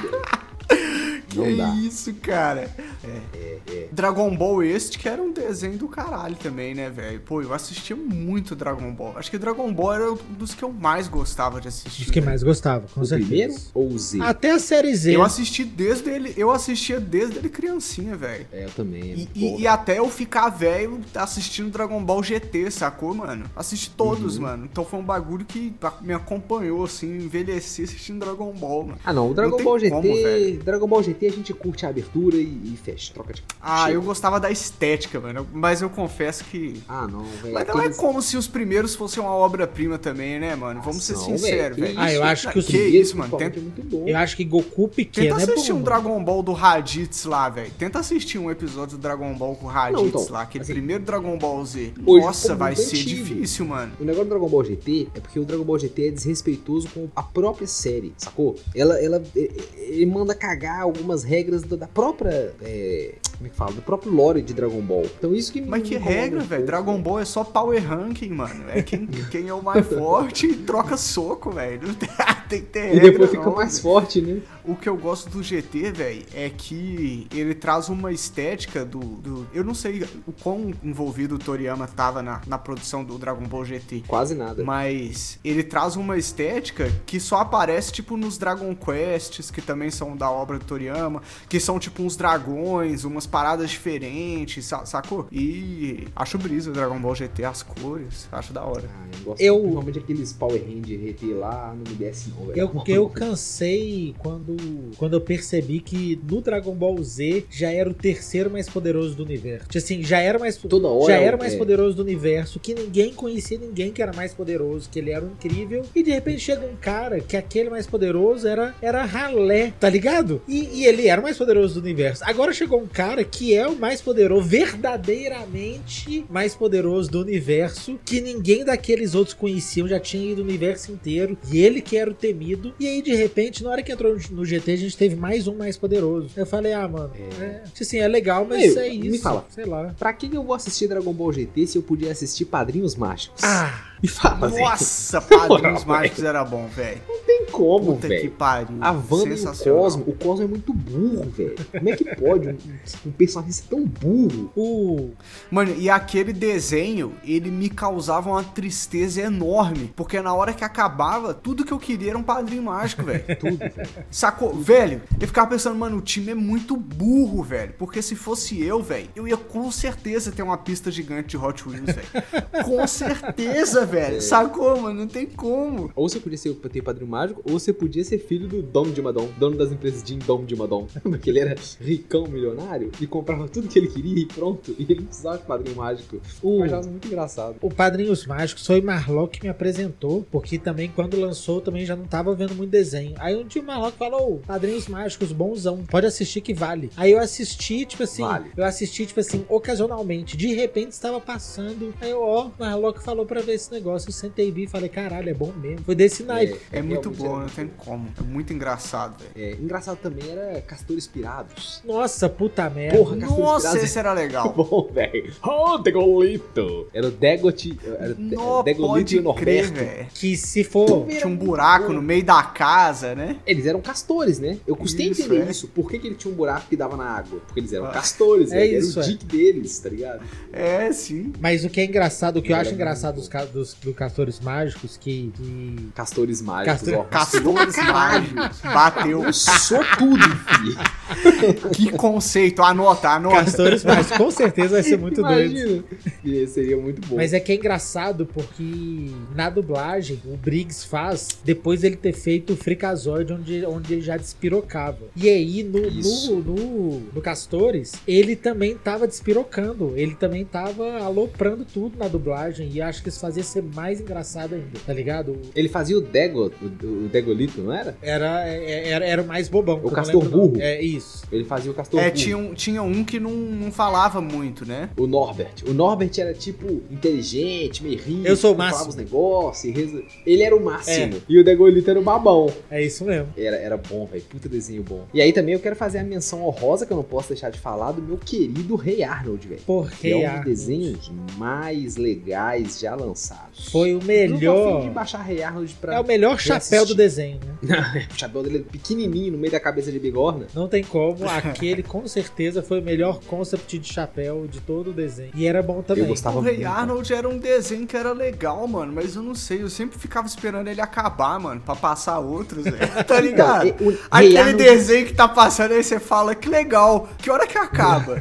S2: Que
S3: muito ruim, velho. Não dá.
S2: isso, cara? É. Dragon Ball este que era um desenho do caralho também, né, velho? Pô, eu assistia muito Dragon Ball. Acho que Dragon Ball era um dos que eu mais gostava de assistir.
S1: Os que
S2: velho.
S1: mais gostava, com
S3: O
S1: certeza.
S3: primeiro ou o Z?
S1: Até a série Z.
S2: Eu assisti desde ele, eu assistia desde ele criancinha, velho.
S3: É, eu também.
S2: E,
S3: muito
S2: e-
S3: bom.
S2: e até eu ficar velho assistindo Dragon Ball GT, sacou, mano? Assisti todos, mano. Então foi um bagulho que me acompanhou, assim, envelheci assistindo Dragon Ball, mano.
S3: Ah não, o Dragon
S2: tem
S3: Ball GT.
S2: como, velho.
S3: Dragon Ball GT a gente curte a abertura e, e fecha, troca de.
S2: Ah,
S3: Chega.
S2: eu gostava da estética, mano. Mas eu confesso que.
S3: Ah não, velho.
S2: Mas não é
S3: aqueles-
S2: como se os primeiros fossem uma obra-prima também, né, mano? Vamos ser
S3: Não,
S2: sinceros,
S3: que
S2: velho. Tá,
S1: Ah, eu
S3: isso,
S1: acho que os
S2: Que
S3: primeiros, né,
S2: isso, mano.
S3: principalmente,
S2: Tenta,
S3: é muito bom.
S1: Eu acho que Goku
S2: tenta
S1: pequeno é
S2: assistir
S1: bom.
S2: um Dragon Ball do Raditz lá, velho. Tenta assistir um episódio do Dragon Ball com o Raditz
S3: Não, então,
S2: lá, aquele
S3: assim,
S2: primeiro Dragon Ball Z.
S3: ficou
S2: Nossa, vai
S3: muito
S2: ser
S3: antigo.
S2: difícil, mano.
S3: O negócio do Dragon Ball GT é porque o Dragon Ball GT é desrespeitoso com a própria série, sacou? Ela, ela, e- e- ele manda cagar algumas regras da, da própria, é, como é que fala, do próprio lore de Dragon Ball. Então isso que me-
S2: Mas que
S3: me incomoda
S2: regra,
S3: um
S2: velho?
S3: pouco,
S2: Dragon Ball é só power ranking, mano. É quem, quem é o mais forte e troca soco, velho. Não tem- Tem que ter
S3: E
S2: é regra.
S3: depois fica
S2: não,
S3: mais
S2: velho.
S3: forte, né?
S2: O que eu gosto do GT, velho, é que ele traz uma estética do, do- Eu não sei o quão envolvido o Toriyama tava na, na produção do Dragon Ball GT.
S3: Quase nada.
S2: Mas ele traz uma estética que só aparece, tipo, nos Dragon Quests, que também são da obra do Toriyama, que são, tipo, uns dragões, umas paradas diferentes, sa- sacou? E acho brisa o Dragon Ball GT, as cores, acho da hora.
S3: Ah, eu gosto
S1: Eu-
S3: principalmente aqueles Power Ranger GT lá, não me desce não, velho.
S1: Eu, eu cansei quando, quando eu percebi que no Dragon Ball Z já era o terceiro mais poderoso do universo. Tipo Assim, já era o mais
S3: Toda hora...
S1: já era o mais
S3: é,
S1: poderoso do universo, que ninguém conhecia ninguém que era mais poderoso, que ele era um incrível. E de repente chega um cara que aquele mais poderoso era, era ralé, tá ligado? E, e ele era o mais poderoso do universo. Agora chegou um cara que é o mais poderoso, verdadeiramente mais poderoso do universo, que ninguém daqueles outros conheciam, já tinha ido o universo inteiro, e ele que era o temido. E aí de repente, na hora que entrou no GT, a gente teve mais um mais poderoso. Eu falei, ah, mano,
S3: É.
S1: é, assim, é legal, mas
S3: Ei,
S1: é
S3: me
S1: isso.
S3: fala.
S1: Sei lá.
S3: Pra que eu vou assistir Dragon Ball GT se eu podia assistir Padrinhos Mágicos?
S1: Ah!
S3: me fala, velho.
S2: Nossa,
S3: Moral,
S2: Padrinhos
S3: velho.
S2: Mágicos era bom, velho.
S3: tem como,
S2: Puta que
S3: velho.
S2: pariu.
S3: A Wanda e o
S2: sensacional.
S3: Cosmo, o Cosmo é muito burro, velho. Como é que pode um, um um personagem ser tão burro.
S1: O.
S2: Mano, e aquele desenho, ele me causava uma tristeza enorme. Porque na hora que acabava, tudo que eu queria era um padrinho mágico, velho.
S3: Tudo, velho.
S2: Sacou? Velho, eu ficava pensando, mano, o time é muito burro, velho. Porque se fosse eu, velho, eu ia com certeza ter uma pista gigante de Hot Wheels, velho. Com certeza, velho. Sacou, mano? Não tem como.
S3: Ou você podia ser, ter padrinho mágico, ou você podia ser filho do Dom de Madon, dono das empresas Jim Dom de Madon. Porque ele era ricão, milionário, e comprava tudo que ele queria e pronto. E ele não precisava de padrinho mágico.
S1: O,
S3: Eu achava isso muito engraçado.
S1: o Padrinhos Mágicos foi o Marlock que me apresentou, porque também quando lançou também já não tava vendo muito desenho. Aí um dia o Marlock falou: "Ô, Padrinhos Mágicos, bonzão, pode assistir que vale. Aí eu assisti, tipo assim,
S3: Vale.
S1: eu assisti, tipo assim, ocasionalmente. De repente estava passando. Aí eu, ó, o Marlock falou pra ver esse negócio. Eu sentei e vi e falei: caralho, é bom mesmo. Foi desse naipe.
S2: É muito
S3: realmente
S2: bom,
S3: era-
S2: não tem como. É muito engraçado, velho.
S3: É, engraçado também era Castores Pirados.
S1: Nossa, puta merda.
S3: É. Porra, Castor
S2: Nossa,
S3: Inspirado.
S2: esse era legal.
S3: Tá Bom, velho. Oh, Degolito. Era o Degot. Era o De-
S2: Não
S3: Degolito e
S2: pode
S3: o
S2: crer,
S3: Norberto.
S2: velho.
S1: Que se for.
S2: Tinha um buraco no meio da casa, né?
S3: Eles eram castores, né? Eu custei
S2: Isso,
S3: a entender
S2: é.
S3: isso. Por que, que ele tinha um buraco que dava na água? Porque eles eram
S2: Ah.
S3: castores,
S1: É
S3: velho.
S1: isso, é.
S3: era o dick deles, tá ligado?
S2: É, sim.
S1: Mas o que é engraçado, o que eu
S3: Era
S1: acho
S3: muito
S1: engraçado
S3: bom.
S1: dos, ca- dos, do Castores Mágicos, que- que
S3: Castores mágicos,
S1: Castor-
S3: ó.
S2: Castores mágicos. Bateu.
S3: Eu sou tudo, fi.
S2: Que conceito. Anota, anota.
S1: Castores mas com certeza vai ser muito doido.
S3: Imagina. E seria muito bom.
S1: Mas é que é engraçado porque na dublagem o Briggs faz depois ele ter feito o Freakazoid onde, onde ele já despirocava. E aí no,
S3: Isso.
S1: no, no, no Castores ele também tava despirocando, ele também tava aloprando tudo na dublagem e acho que isso fazia ser mais engraçado ainda, tá ligado?
S3: Ele fazia o Degot, o, o Degolito, não era?
S1: Era, é- era, era o mais bobão. que eu não
S3: Castor
S1: lembro o nome.
S3: Burro.
S1: É isso.
S3: Ele fazia o Castor
S2: É,
S3: Burro.
S2: tinha um, tinha um que não, não falava muito, né?
S3: O Norbert. O Norbert era tipo inteligente, meio rico.
S1: Eu sou o
S3: falava
S1: máximo.
S3: os negócios. e reza- Ele era o máximo. E o Degolito era o babão.
S1: É isso mesmo.
S3: Era, era bom, velho. Puta desenho bom. E aí também eu quero fazer a menção honrosa que eu não posso deixar de falar do meu querido Rei Arnold, velho.
S1: Porque
S3: Que é um dos desenhos mais legais já lançados.
S1: foi o
S3: Eu não assim, de
S1: melhor.
S3: baixar Rei Arnold pra.
S1: É o melhor chapéu do
S3: assistir.
S1: desenho, né?
S3: O chapéu dele é pequenininho no meio da cabeça de bigorna.
S1: Não tem como, aquele com certeza foi o melhor concept de chapéu de todo o desenho. E era bom também.
S3: Eu gostava
S2: o Rei
S3: muito.
S2: Arnold era um desenho que era legal, mano. Mas eu não sei. Eu sempre ficava esperando ele acabar, mano. Pra passar outros, velho. Tá ligado?
S3: Então, o Rei
S2: Aquele
S3: Arnold-
S2: desenho que tá passando aí, você fala, que legal, que hora que acaba?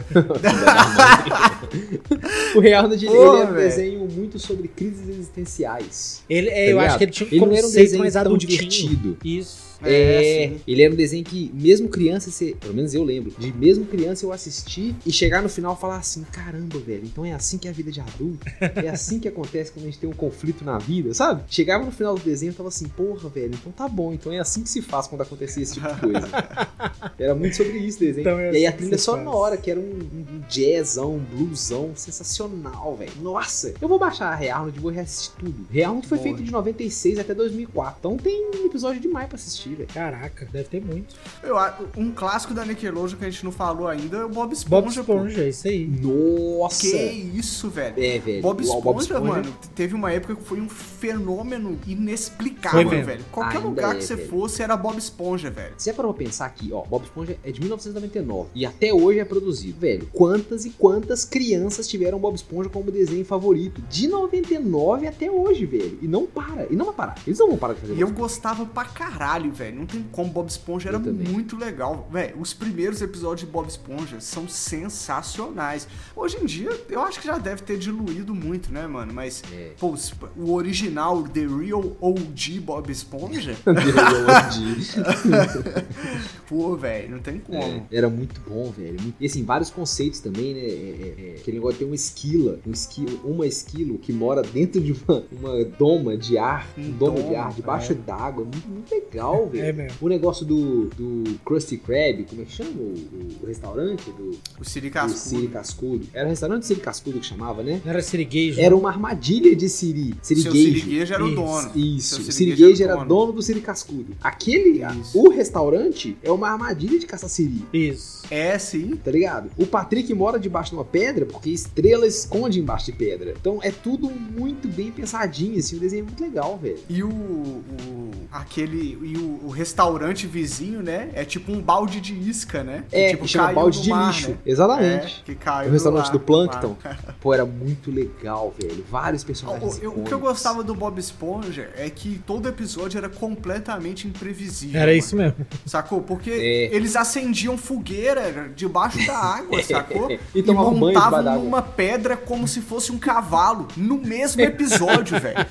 S3: O Rei Arnold, ele,
S2: Pô,
S3: ele era um
S2: velho.
S3: desenho muito sobre crises existenciais.
S1: Ele, é,
S3: Tá
S1: eu
S3: ligado?
S1: acho que ele tinha um
S3: Ele não era um
S1: conceito
S3: desenho
S1: mais
S3: tão
S1: adultinho.
S3: divertido.
S1: Isso.
S3: É,
S2: sim.
S3: ele era um desenho que, mesmo criança, você, pelo menos eu lembro, de mesmo criança eu assisti e chegar no final e falar assim: caramba, velho, então é assim que é a vida de adulto? É assim que acontece quando a gente tem um conflito na vida, sabe? Chegava no final do desenho e tava assim: porra, velho, então tá bom, então é assim que se faz quando acontecer esse tipo de coisa. era muito sobre isso o desenho.
S1: Então é
S3: e aí
S1: assim
S3: a
S1: que
S3: trilha
S1: se
S3: sonora,
S1: faz.
S3: que era um, um jazzão, um bluesão sensacional, velho. Nossa, eu vou baixar a Rei Arnold e vou reassistir tudo. Rei Arnold foi
S2: Boa.
S3: feito de 96 até 2004, então tem episódio demais pra assistir, velho.
S1: Caraca, deve ter muito.
S2: Eu a- um clássico da Nickelodeon que a gente não falou ainda é o Bob Esponja.
S1: Bob
S2: pô.
S1: Esponja, isso aí.
S3: Nossa!
S2: Que isso, velho.
S3: É, velho.
S2: Bob
S3: O
S2: Esponja, mano, teve uma época que foi um fenômeno
S1: Foi
S2: inexplicável,
S1: mesmo.
S2: velho. Qualquer
S3: Ainda
S2: lugar
S3: é,
S2: que você
S3: velho.
S2: fosse era Bob Esponja, velho.
S3: Você parou pra pensar que, ó, Bob Esponja é de 1999 e até hoje é produzido. Velho, quantas e quantas crianças tiveram Bob Esponja como desenho favorito? De 99 até hoje, velho. E não para. E não vai parar. Eles não vão parar de fazer
S2: E eu gostava pra caralho, velho. Não tem como. Bob Esponja
S3: Eu
S2: era
S3: também.
S2: muito legal. Velho, os primeiros episódios de Bob Esponja são sensacionais. Hoje em dia, eu acho que já deve ter diluído muito, né, mano? Mas,
S3: É.
S2: pô, os- o original, The Real OG Bob Esponja, pô, velho, não tem como.
S3: É, era muito bom, velho. Muito- E assim, vários conceitos também, né? É, é, é, aquele negócio de ter uma esquila, um esquilo, uma esquilo que mora dentro de uma, uma doma de ar, um
S2: Um
S3: domo de
S2: domo,
S3: ar, debaixo d'água. Muito, muito legal,
S1: É
S3: velho.
S1: mesmo.
S3: O negócio do, do Krusty Krab, como é que chama o, o restaurante do,
S2: O Siri
S3: do
S2: Cascudo.
S3: Siri Cascudo? Era o restaurante Siri Cascudo que chamava, né?
S1: Não era sirigueijo.
S3: Era uma armadilha de Siri,
S2: Seu
S3: sirigueijo.
S2: Sirigueijo era o
S1: Isso,
S2: dono.
S3: Isso,
S2: Seu é
S3: o Sirigueijo era
S2: o
S3: dono do Siri Cascudo. Aquele, a-
S2: Isso.
S3: o restaurante é uma armadilha de caçar Siri
S1: Isso.
S2: É, sim.
S3: tá ligado? O Patrick mora debaixo de uma pedra porque estrela esconde embaixo de pedra. Então é tudo um muito bem pensadinho, assim, o desenho é muito legal, velho.
S2: E o, o- Aquele. E o o, o restaurante vizinho, né? É tipo um balde de isca, né? Que,
S3: É,
S2: tipo,
S3: que chama
S2: caiu
S3: balde
S2: do
S3: de
S2: mar,
S3: lixo.
S2: né?
S3: Exatamente.
S2: É, que caiu
S3: O restaurante
S2: ar,
S3: do Plankton.
S2: mar.
S3: Pô, era muito legal, velho. Vários personagens.
S2: O, eu- o que eu
S3: icônicos.
S2: gostava do Bob Esponja é que todo episódio era completamente imprevisível.
S1: Era
S2: mano.
S1: isso mesmo.
S2: Sacou? Porque
S3: É.
S2: eles acendiam fogueira debaixo da água, sacou?
S3: E tomavam banho debaixo da
S2: montavam
S3: água.
S2: numa pedra como se fosse um cavalo no mesmo episódio, velho.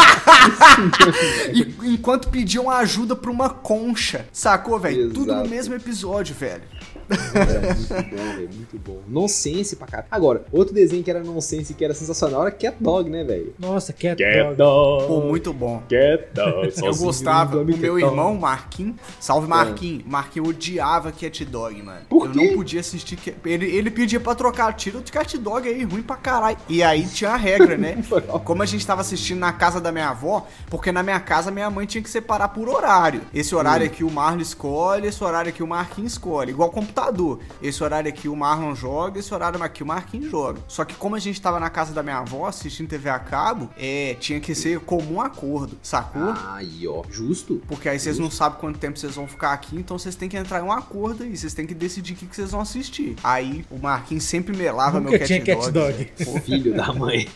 S2: Sacou? E- enquanto pediam ajuda pra uma concha, sacou, velho? Tudo no
S3: Exato.
S2: mesmo episódio, velho.
S3: Era muito bom, velho. Muito bom. Nonsense pra caralho. Agora, outro desenho que era nonsense e que era sensacional era Cat Dog, né, velho?
S1: Nossa, Cat
S4: Get
S1: Dog.
S4: dog.
S2: Pô, muito bom.
S4: Get dog.
S2: Eu
S4: sozinho
S2: gostava,
S4: no
S2: o meu
S4: Amitetão.
S2: irmão, Marquinhos, salve Marquinhos, Marquinhos odiava Cat Dog, mano.
S3: Ah. Por
S2: eu
S3: quê?
S2: não podia assistir, Cat- ele, ele pedia pra trocar, tira outro Cat Dog aí, ruim pra caralho. E aí tinha a regra, né? Como a gente tava assistindo na casa da minha avó, porque na minha casa minha mãe tinha que separar por horário. Esse
S1: Hum.
S2: horário aqui o Marlon escolhe, esse horário aqui o Marquinhos escolhe, igual computador. Esse horário aqui o Marlon joga, esse horário aqui o Marquinhos joga. Só que como a gente tava na casa da minha avó assistindo TV a cabo, é, tinha que ser comum acordo, sacou?
S3: Aí, ó. Justo.
S2: Porque aí vocês não sabem quanto tempo vocês vão ficar aqui, então vocês têm que entrar em um acordo aí, vocês têm que decidir o que que vocês vão assistir. Aí o Marquinhos sempre
S3: Ah,
S2: melava
S1: Nunca
S2: meu cat
S1: tinha cat
S2: dog.
S1: dog.
S2: velho. Pô,
S3: Filho da mãe.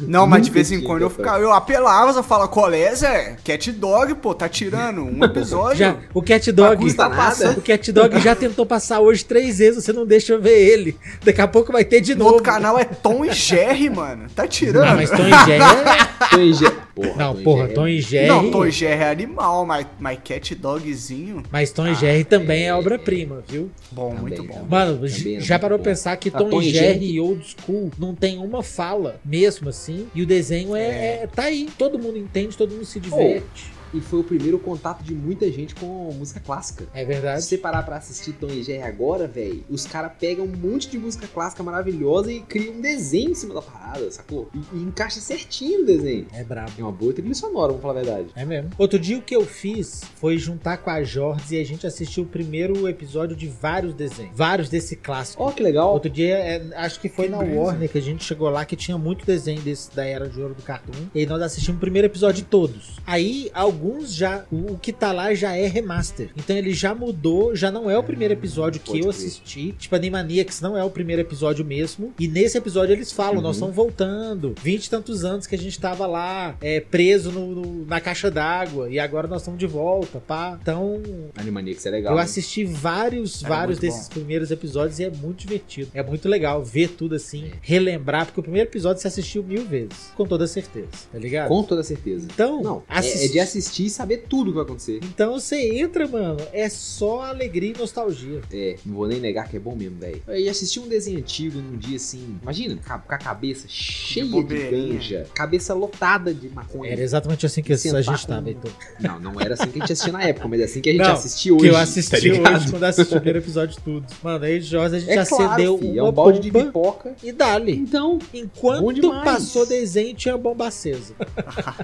S2: Não, mas de
S3: Nunca
S2: vez em
S3: tinha
S2: quando eu
S3: cat
S2: ficava, eu apelava, eu falava, colé, Zé, cat dog, pô, tá tirando um episódio.
S1: Já, o Cat Dog.
S2: Bagunça
S1: Tá
S3: nada.
S1: passando- O Cat Dog já tentou passar hoje três vezes, você não deixa eu ver ele. Daqui a pouco vai ter de
S2: No
S1: novo.
S2: outro canal é Tom e Jerry, mano. Tá tirando.
S1: Não, mas Tom e Jerry.
S3: Tom e Jerry. Porra,
S1: é- Não,
S3: Tom e
S1: porra,
S3: Jerry.
S1: Tom e Jerry.
S2: Não, Tom e Jerry é animal, mas, mas cat dogzinho,
S1: Mas Tom e Jerry também é obra-prima, viu?
S2: bom,
S3: Também,
S2: muito
S3: Ah, também.
S2: bom.
S1: Mano,
S3: Também
S1: j-
S3: é
S1: já
S3: muito
S1: parou
S3: bom.
S1: pra pensar que
S3: Ah,
S1: Tom,
S3: Tom
S1: e
S3: e
S1: Jerry e Old School não tem uma fala, mesmo assim, e o desenho é, é- tá aí. Todo mundo entende, todo
S3: Oh.
S1: mundo se diverte.
S3: E foi o primeiro contato de muita gente com música clássica.
S1: É
S3: Se
S1: verdade?
S3: você parar pra assistir Tom e Jerry agora, velho, os caras pegam um monte de música clássica maravilhosa e criam um desenho em cima da parada, sacou? E, e encaixa certinho o desenho.
S1: É brabo.
S3: É uma boa trilha sonora, vamos falar a verdade.
S1: É mesmo. Outro dia o que eu fiz foi juntar com a Jordes e a gente assistiu o primeiro episódio de vários desenhos. Vários desse clássico.
S3: Ó, que legal.
S1: Outro dia, é, acho que foi
S2: Que
S1: na
S2: brisa.
S1: Warner que a gente chegou lá que tinha muito desenho desse da Era de Ouro do Cartoon. E aí nós assistimos o primeiro episódio de todos. Aí, alguns já. O, o que tá lá já é remaster. Então ele já mudou, já não é o primeiro episódio que
S3: pode
S1: eu
S3: crer.
S1: assisti. Tipo, Animaniacs não é o primeiro episódio mesmo. E nesse episódio eles falam:
S3: Uhum.
S1: nós estamos voltando. Vinte e tantos anos que a gente tava lá, é, preso no- no- na caixa d'água. E agora nós estamos de volta, pá. Então,
S3: Animaniacs é legal. É
S1: eu
S3: né?
S1: assisti vários,
S2: Era
S1: vários
S2: muito
S1: desses primeiros episódios e é muito divertido. É muito legal ver tudo assim, relembrar, porque o primeiro episódio você assistiu mil vezes, com toda certeza, tá ligado?
S3: Com toda certeza.
S1: Então,
S3: Não, é-
S1: assisti-
S3: é de assistir e saber tudo o que vai acontecer.
S1: Então você entra, mano, é só alegria e nostalgia.
S3: É, não vou nem negar que é bom mesmo, velho. E assistir um desenho antigo num dia assim, imagina, ca- com a cabeça cheia de
S2: bobeirinha.
S3: ganja, cabeça lotada de maconha.
S1: Era exatamente assim que a
S3: Sentar
S1: gente tava,
S3: com-
S1: então.
S3: Não, não era assim que a gente assistia na época, mas é assim que a gente
S1: Não,
S3: assistia hoje.
S1: que eu assisti
S3: tá ligado?
S1: hoje, quando eu assisti o primeiro episódio de tudo. Mano, aí Jorge a gente
S3: É claro,
S1: acendeu
S3: fi,
S1: uma
S3: é um balde de
S1: bomba
S3: pipoca.
S1: e dali.
S3: Então, Bom
S1: Enquanto
S3: demais.
S1: passou desenho, tinha bomba acesa.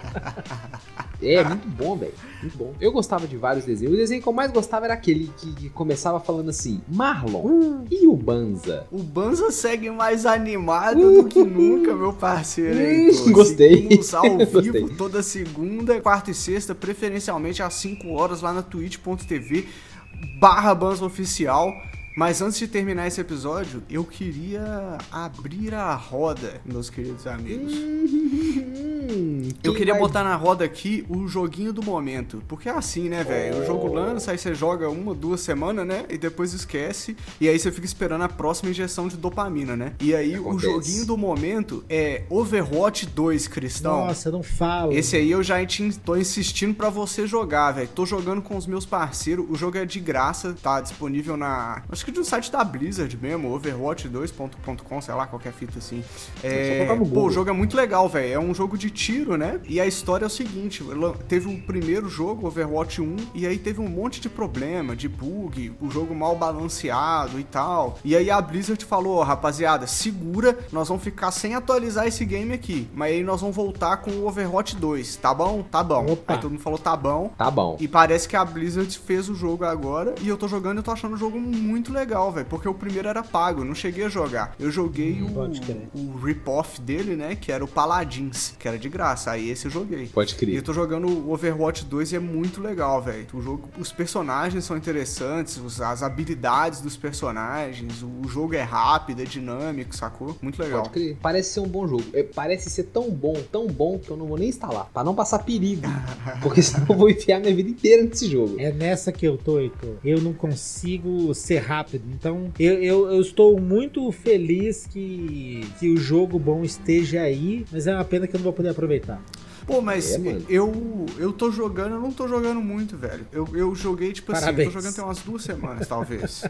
S1: Ah.
S3: é muito bom, velho. Muito bom. Eu gostava de vários desenhos. O desenho que eu mais gostava era aquele que, que começava falando assim: Marlon
S1: Hum.
S3: e o Banza.
S2: O Banza segue mais animado do que nunca, meu parceiro. hein,
S3: Hum,
S2: Heitor?
S3: gostei.
S2: Seguimos ao vivo
S3: Gostei.
S2: toda segunda, quarta e sexta, preferencialmente às 5 horas lá na twitch.tv barra Banza Oficial. Mas antes de terminar esse episódio, eu queria abrir a roda, meus queridos amigos.
S1: Hum.
S2: Eu queria botar na roda aqui o joguinho do momento. Porque é assim, né, velho? O jogo lança, aí você joga uma, duas semanas, né? E depois esquece. E aí você fica esperando a próxima injeção de dopamina, né? E aí o
S3: Acontece.
S2: joguinho do momento é Overwatch 2, Cristão.
S1: Nossa, não fala.
S2: Esse aí eu já te- tô insistindo pra você jogar, velho. Tô jogando com os meus parceiros. O jogo é de graça, tá disponível na. Acho que de um site da Blizzard mesmo, overwatch2.com, sei lá, qualquer fita assim.
S3: É
S2: É,
S3: só colocar no
S2: pô, o
S3: Google.
S2: jogo é muito legal, velho. É um jogo de tiro, né? E a história é o seguinte: lan- teve o primeiro jogo, Overwatch 1, e aí teve um monte de problema, de bug, o jogo mal balanceado e tal. E aí a Blizzard falou: ó, rapaziada, segura, nós vamos ficar sem atualizar esse game aqui. Mas aí nós vamos voltar com o Overwatch 2, tá bom? Tá bom.
S1: Opa.
S2: Aí todo mundo falou: tá bom.
S3: Tá bom.
S2: E parece que a Blizzard fez o jogo agora e eu tô jogando e eu tô achando o jogo muito muito legal, velho, porque o primeiro era pago, eu não cheguei a jogar. Eu joguei
S1: Hum, pode crer.
S2: o, o rip-off dele, né, que era o Paladins, que era de graça, aí esse eu joguei.
S3: Pode
S2: E
S3: crer.
S2: eu tô jogando o Overwatch 2 e é muito legal, velho. O jogo, os personagens são interessantes, os- as habilidades dos personagens, o, jogo é rápido, é dinâmico, sacou? Muito legal.
S3: Pode crer. Parece ser um bom jogo. É, Parece ser tão bom, tão bom, que eu não vou nem instalar. Pra não passar perigo. Porque senão eu vou enfiar minha vida inteira nesse jogo.
S1: É nessa que eu tô, Heitor. Eu não consigo ser rápido. Então, eu, eu, eu estou muito feliz que, que o jogo bom esteja aí, mas é uma pena que eu não vou poder aproveitar.
S2: Pô, mas
S3: É, mano.
S2: eu, eu tô jogando, eu não tô jogando muito, velho. Eu, eu joguei, tipo assim, eu
S1: Parabéns.
S2: tô jogando tem umas duas semanas, talvez.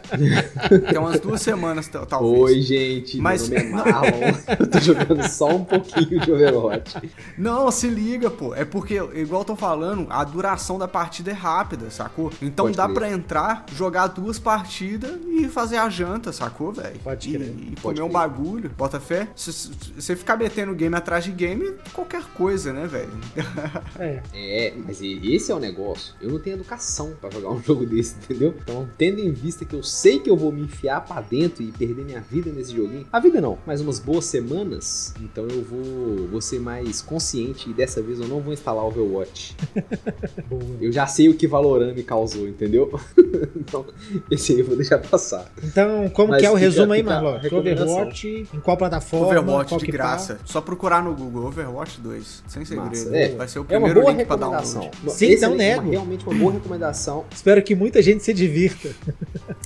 S2: tem umas duas semanas, tal- talvez.
S3: Oi, gente.
S2: Mas-
S3: Meu nome é Marlon. eu tô jogando só um pouquinho de Overwatch.
S2: Não, se liga, pô. É porque, igual eu tô falando, a duração da partida é rápida, sacou? Então
S3: Pode
S2: dá
S3: crer.
S2: pra entrar, jogar duas partidas e fazer a janta, sacou, velho?
S1: Pode
S2: E-
S1: crer.
S2: E,
S3: Pode
S2: comer um
S3: crer.
S2: bagulho, bota fé. Se se- se você ficar metendo game atrás de game, qualquer coisa, né, velho?
S1: É.
S3: É, mas e- esse é o negócio. Eu não tenho educação pra jogar um jogo desse, entendeu? Então, tendo em vista que eu sei que eu vou me enfiar pra dentro e perder minha vida nesse joguinho, a vida não, mas umas boas semanas, então eu vou, vou ser mais consciente e dessa vez eu não vou instalar Overwatch.
S2: é
S1: Boa.
S3: Eu já sei o que Valorant me causou, entendeu? então, esse aí eu vou deixar passar.
S1: Então, como
S3: Mas
S1: que é o
S3: fica-
S1: resumo aí,
S3: fica a
S1: Marlon? De
S3: recomendação.
S1: Overwatch, em qual plataforma?
S2: Overwatch
S1: qual
S2: de
S1: que tá?
S2: graça. Só procurar no Google, Overwatch 2. Sem segredo.
S3: Massa, é.
S2: Vai ser o
S3: É uma
S2: primeiro
S3: boa
S2: link pra um download.
S3: recomendação.
S1: Sim,
S3: Esse
S1: não
S3: é uma-
S1: nego.
S3: realmente uma boa recomendação.
S1: Espero que muita gente se divirta.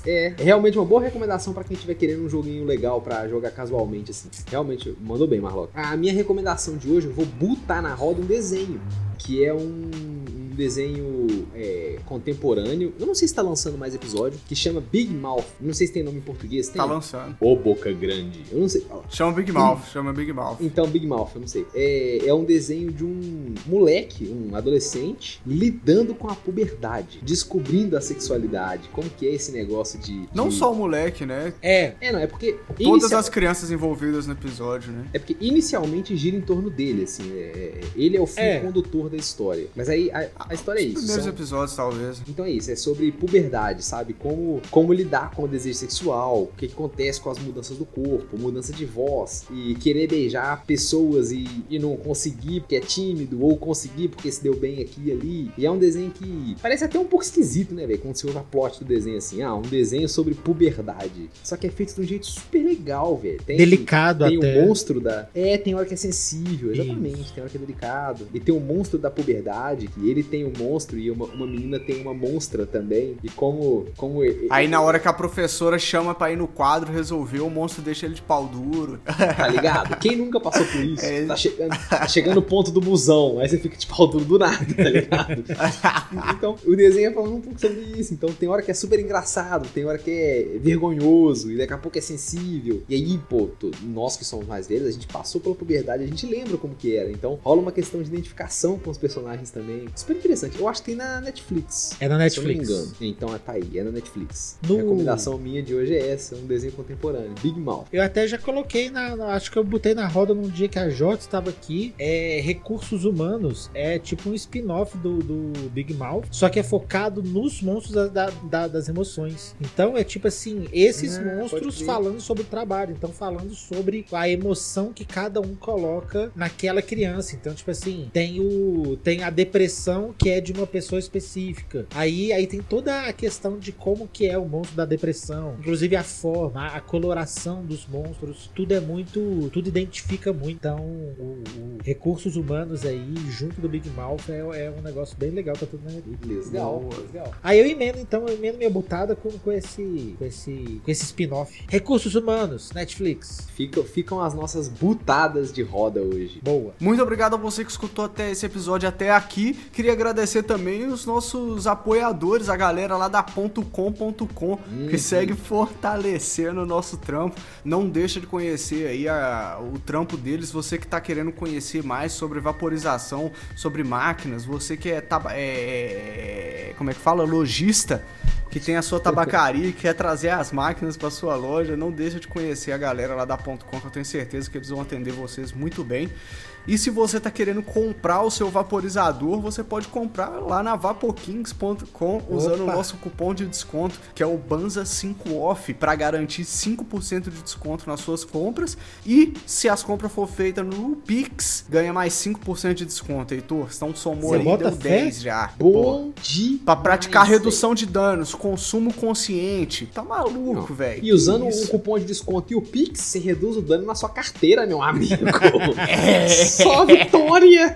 S3: É, é realmente uma boa recomendação pra quem estiver querendo um joguinho legal pra jogar casualmente, assim. Realmente, mandou bem, Marlock. A minha recomendação de hoje, eu vou botar na roda um desenho, que é um, um desenho é, contemporâneo. Eu não sei se tá lançando mais episódio, que chama Big Mouth. Não sei se tem nome em português, tem?
S2: Tá lançando.
S3: Ô, Boca Grande. Eu não sei.
S2: Chama Big Mouth, chama Big Mouth.
S3: Então, Big Mouth, eu não sei. É, é um desenho de um moleque, um adolescente, lidando com a puberdade, descobrindo a sexualidade, como que é esse negócio de.
S2: Não
S3: de-
S2: só o moleque, né?
S1: É,
S3: É, não, é porque.
S2: Todas
S3: inicia-
S2: as crianças envolvidas no episódio, né?
S3: É porque inicialmente gira em torno dele, assim. é- é- ele é o fio
S1: É.
S3: condutor da história. Mas aí a,
S2: Ah,
S3: a história é
S2: Os
S3: isso.
S2: primeiros
S3: são-
S2: episódios, talvez.
S3: Então é isso, é sobre puberdade, sabe? Como, como lidar com o desejo sexual, o que, que acontece com as mudanças do corpo, mudança de voz, e querer beijar pessoas e, e não conseguir porque é tímido, ou conseguir porque se deu bem aqui e ali. E é um desenho que parece até um pouco esquisito, né, velho? Quando você ouve a plot do desenho assim, ah, um desenho sobre puberdade. Só que é feito de um jeito super legal, velho. Tem-
S1: delicado
S3: tem
S1: até.
S3: o monstro da. É, tem hora que é sensível, exatamente. Tem hora que é delicado. E tem o monstro da puberdade, que ele tem um monstro e uma, uma menina tem uma monstra também. E como. como e- e-
S2: Aí na hora que a professora chama pra ir no quadro resolver, o monstro deixa ele de pau duro.
S3: Tá ligado? Quem nunca passou por isso?
S2: É.
S3: Tá, chegando, tá chegando o ponto do busão. Aí você fica de pau duro do nada, tá ligado? Então, o desenho é falando um pouco sobre isso. Então, tem hora que é super engraçado, tem hora que é vergonhoso, e daqui a pouco é sensível. E aí, pô, tu- nós que somos mais velhos, a gente passou pela puberdade, a gente lembra como que era. Então, rola uma questão de identificação com os personagens também. Super interessante. Eu acho que tem na Netflix.
S1: É na
S3: Se eu não me engano.
S1: Netflix.
S3: Então, tá aí, é na Netflix.
S1: No-
S3: A recomendação minha de hoje é essa, um desenho contemporâneo. Big Mouth.
S1: Eu até já coloquei na, na- Acho que eu botei na roda num dia que a Jota estava aqui. É Recursos Humanos. É tipo um spin-off do, do Big Mouth. Só que é focado nos monstros da- da- da- das emoções. Então é tipo assim: esses
S3: Ah, pode
S1: monstros
S3: crer.
S1: falando sobre o trabalho. Então falando sobre a emoção que cada um coloca naquela criança. Então, tipo assim, tem o. Tem a depressão que é de uma pessoa específica. Aí, aí tem toda a questão de como que é o monstro da depressão. Inclusive a forma, a- a coloração dos monstros. Tudo é muito. Tudo identifica muito. Então, o, o recursos humanos aí, junto do Big Mouth, é, é um negócio bem legal pra todo mundo.
S3: Beleza. Legal.
S2: Boa.
S3: Legal.
S1: Aí eu emendo, então, eu emendo minha botada com, com esse. com esse. com esse spin-off. Recursos humanos, Netflix.
S3: Fica- ficam as nossas butadas de roda hoje.
S1: Boa.
S2: Muito obrigado a você que escutou até esse episódio até aqui. Queria agradecer também os nossos apoiadores, a galera lá da .com.com, que
S3: Uhum.
S2: segue fortalecendo o nosso trampo. Não deixa de conhecer aí a- o trampo deles. Você que tá querendo conhecer mais sobre vaporização, é sobre máquinas, você que é, taba- é- é- como é que fala? Logista, que tem a sua tabacaria e quer trazer as máquinas para sua loja, não deixa de conhecer a galera lá da Ponto .com, que eu tenho certeza que eles vão atender vocês muito bem. E se você está querendo comprar o seu vaporizador, você pode comprar lá na vapokings.com usando
S1: Opa.
S2: o nosso cupom de desconto, que é o Banza5Off, para garantir 5% de desconto nas suas compras. E se as compras for feitas no Pix, ganha mais 5% de desconto, Heitor. Então somou
S1: Você
S2: aí,
S1: bota
S2: deu
S1: fé?
S2: 10 já. Pô.
S3: Bom dia.
S2: Pra praticar redução de danos, consumo consciente. Tá maluco, velho.
S3: E usando
S2: Que
S3: o
S2: isso?
S3: cupom de desconto e o Pix, você reduz o dano na sua carteira, meu amigo. Só vitória!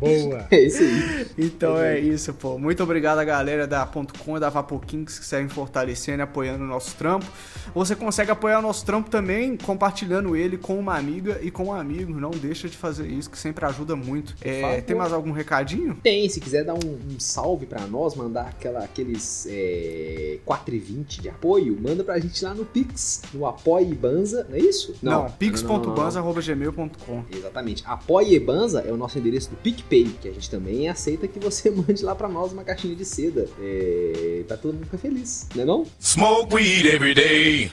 S1: Boa.
S3: É isso aí.
S2: Então é isso, pô. Muito obrigado a galera da Ponto .com e da Vapor Kings que seguem fortalecendo e apoiando o nosso trampo. Você consegue apoiar o nosso trampo também compartilhando ele com uma amiga e com um amigo. Não deixa de fazer isso, que sempre ajuda muito. É,
S3: favor.
S2: tem mais algum recadinho?
S3: Tem, se quiser dar um, um salve pra nós, mandar aquela, aqueles é, 4,20 de apoio, manda pra gente lá no Pix, no Apoie Banza, não é isso? não, não, não.
S2: pix.banza.gmail.com
S3: Exatamente. Apoie Ebanza é o nosso endereço do PicPay, que a gente também aceita que você mande lá pra nós uma caixinha de seda. É... Pra todo mundo ficar feliz, né não?
S5: Smoke weed every day.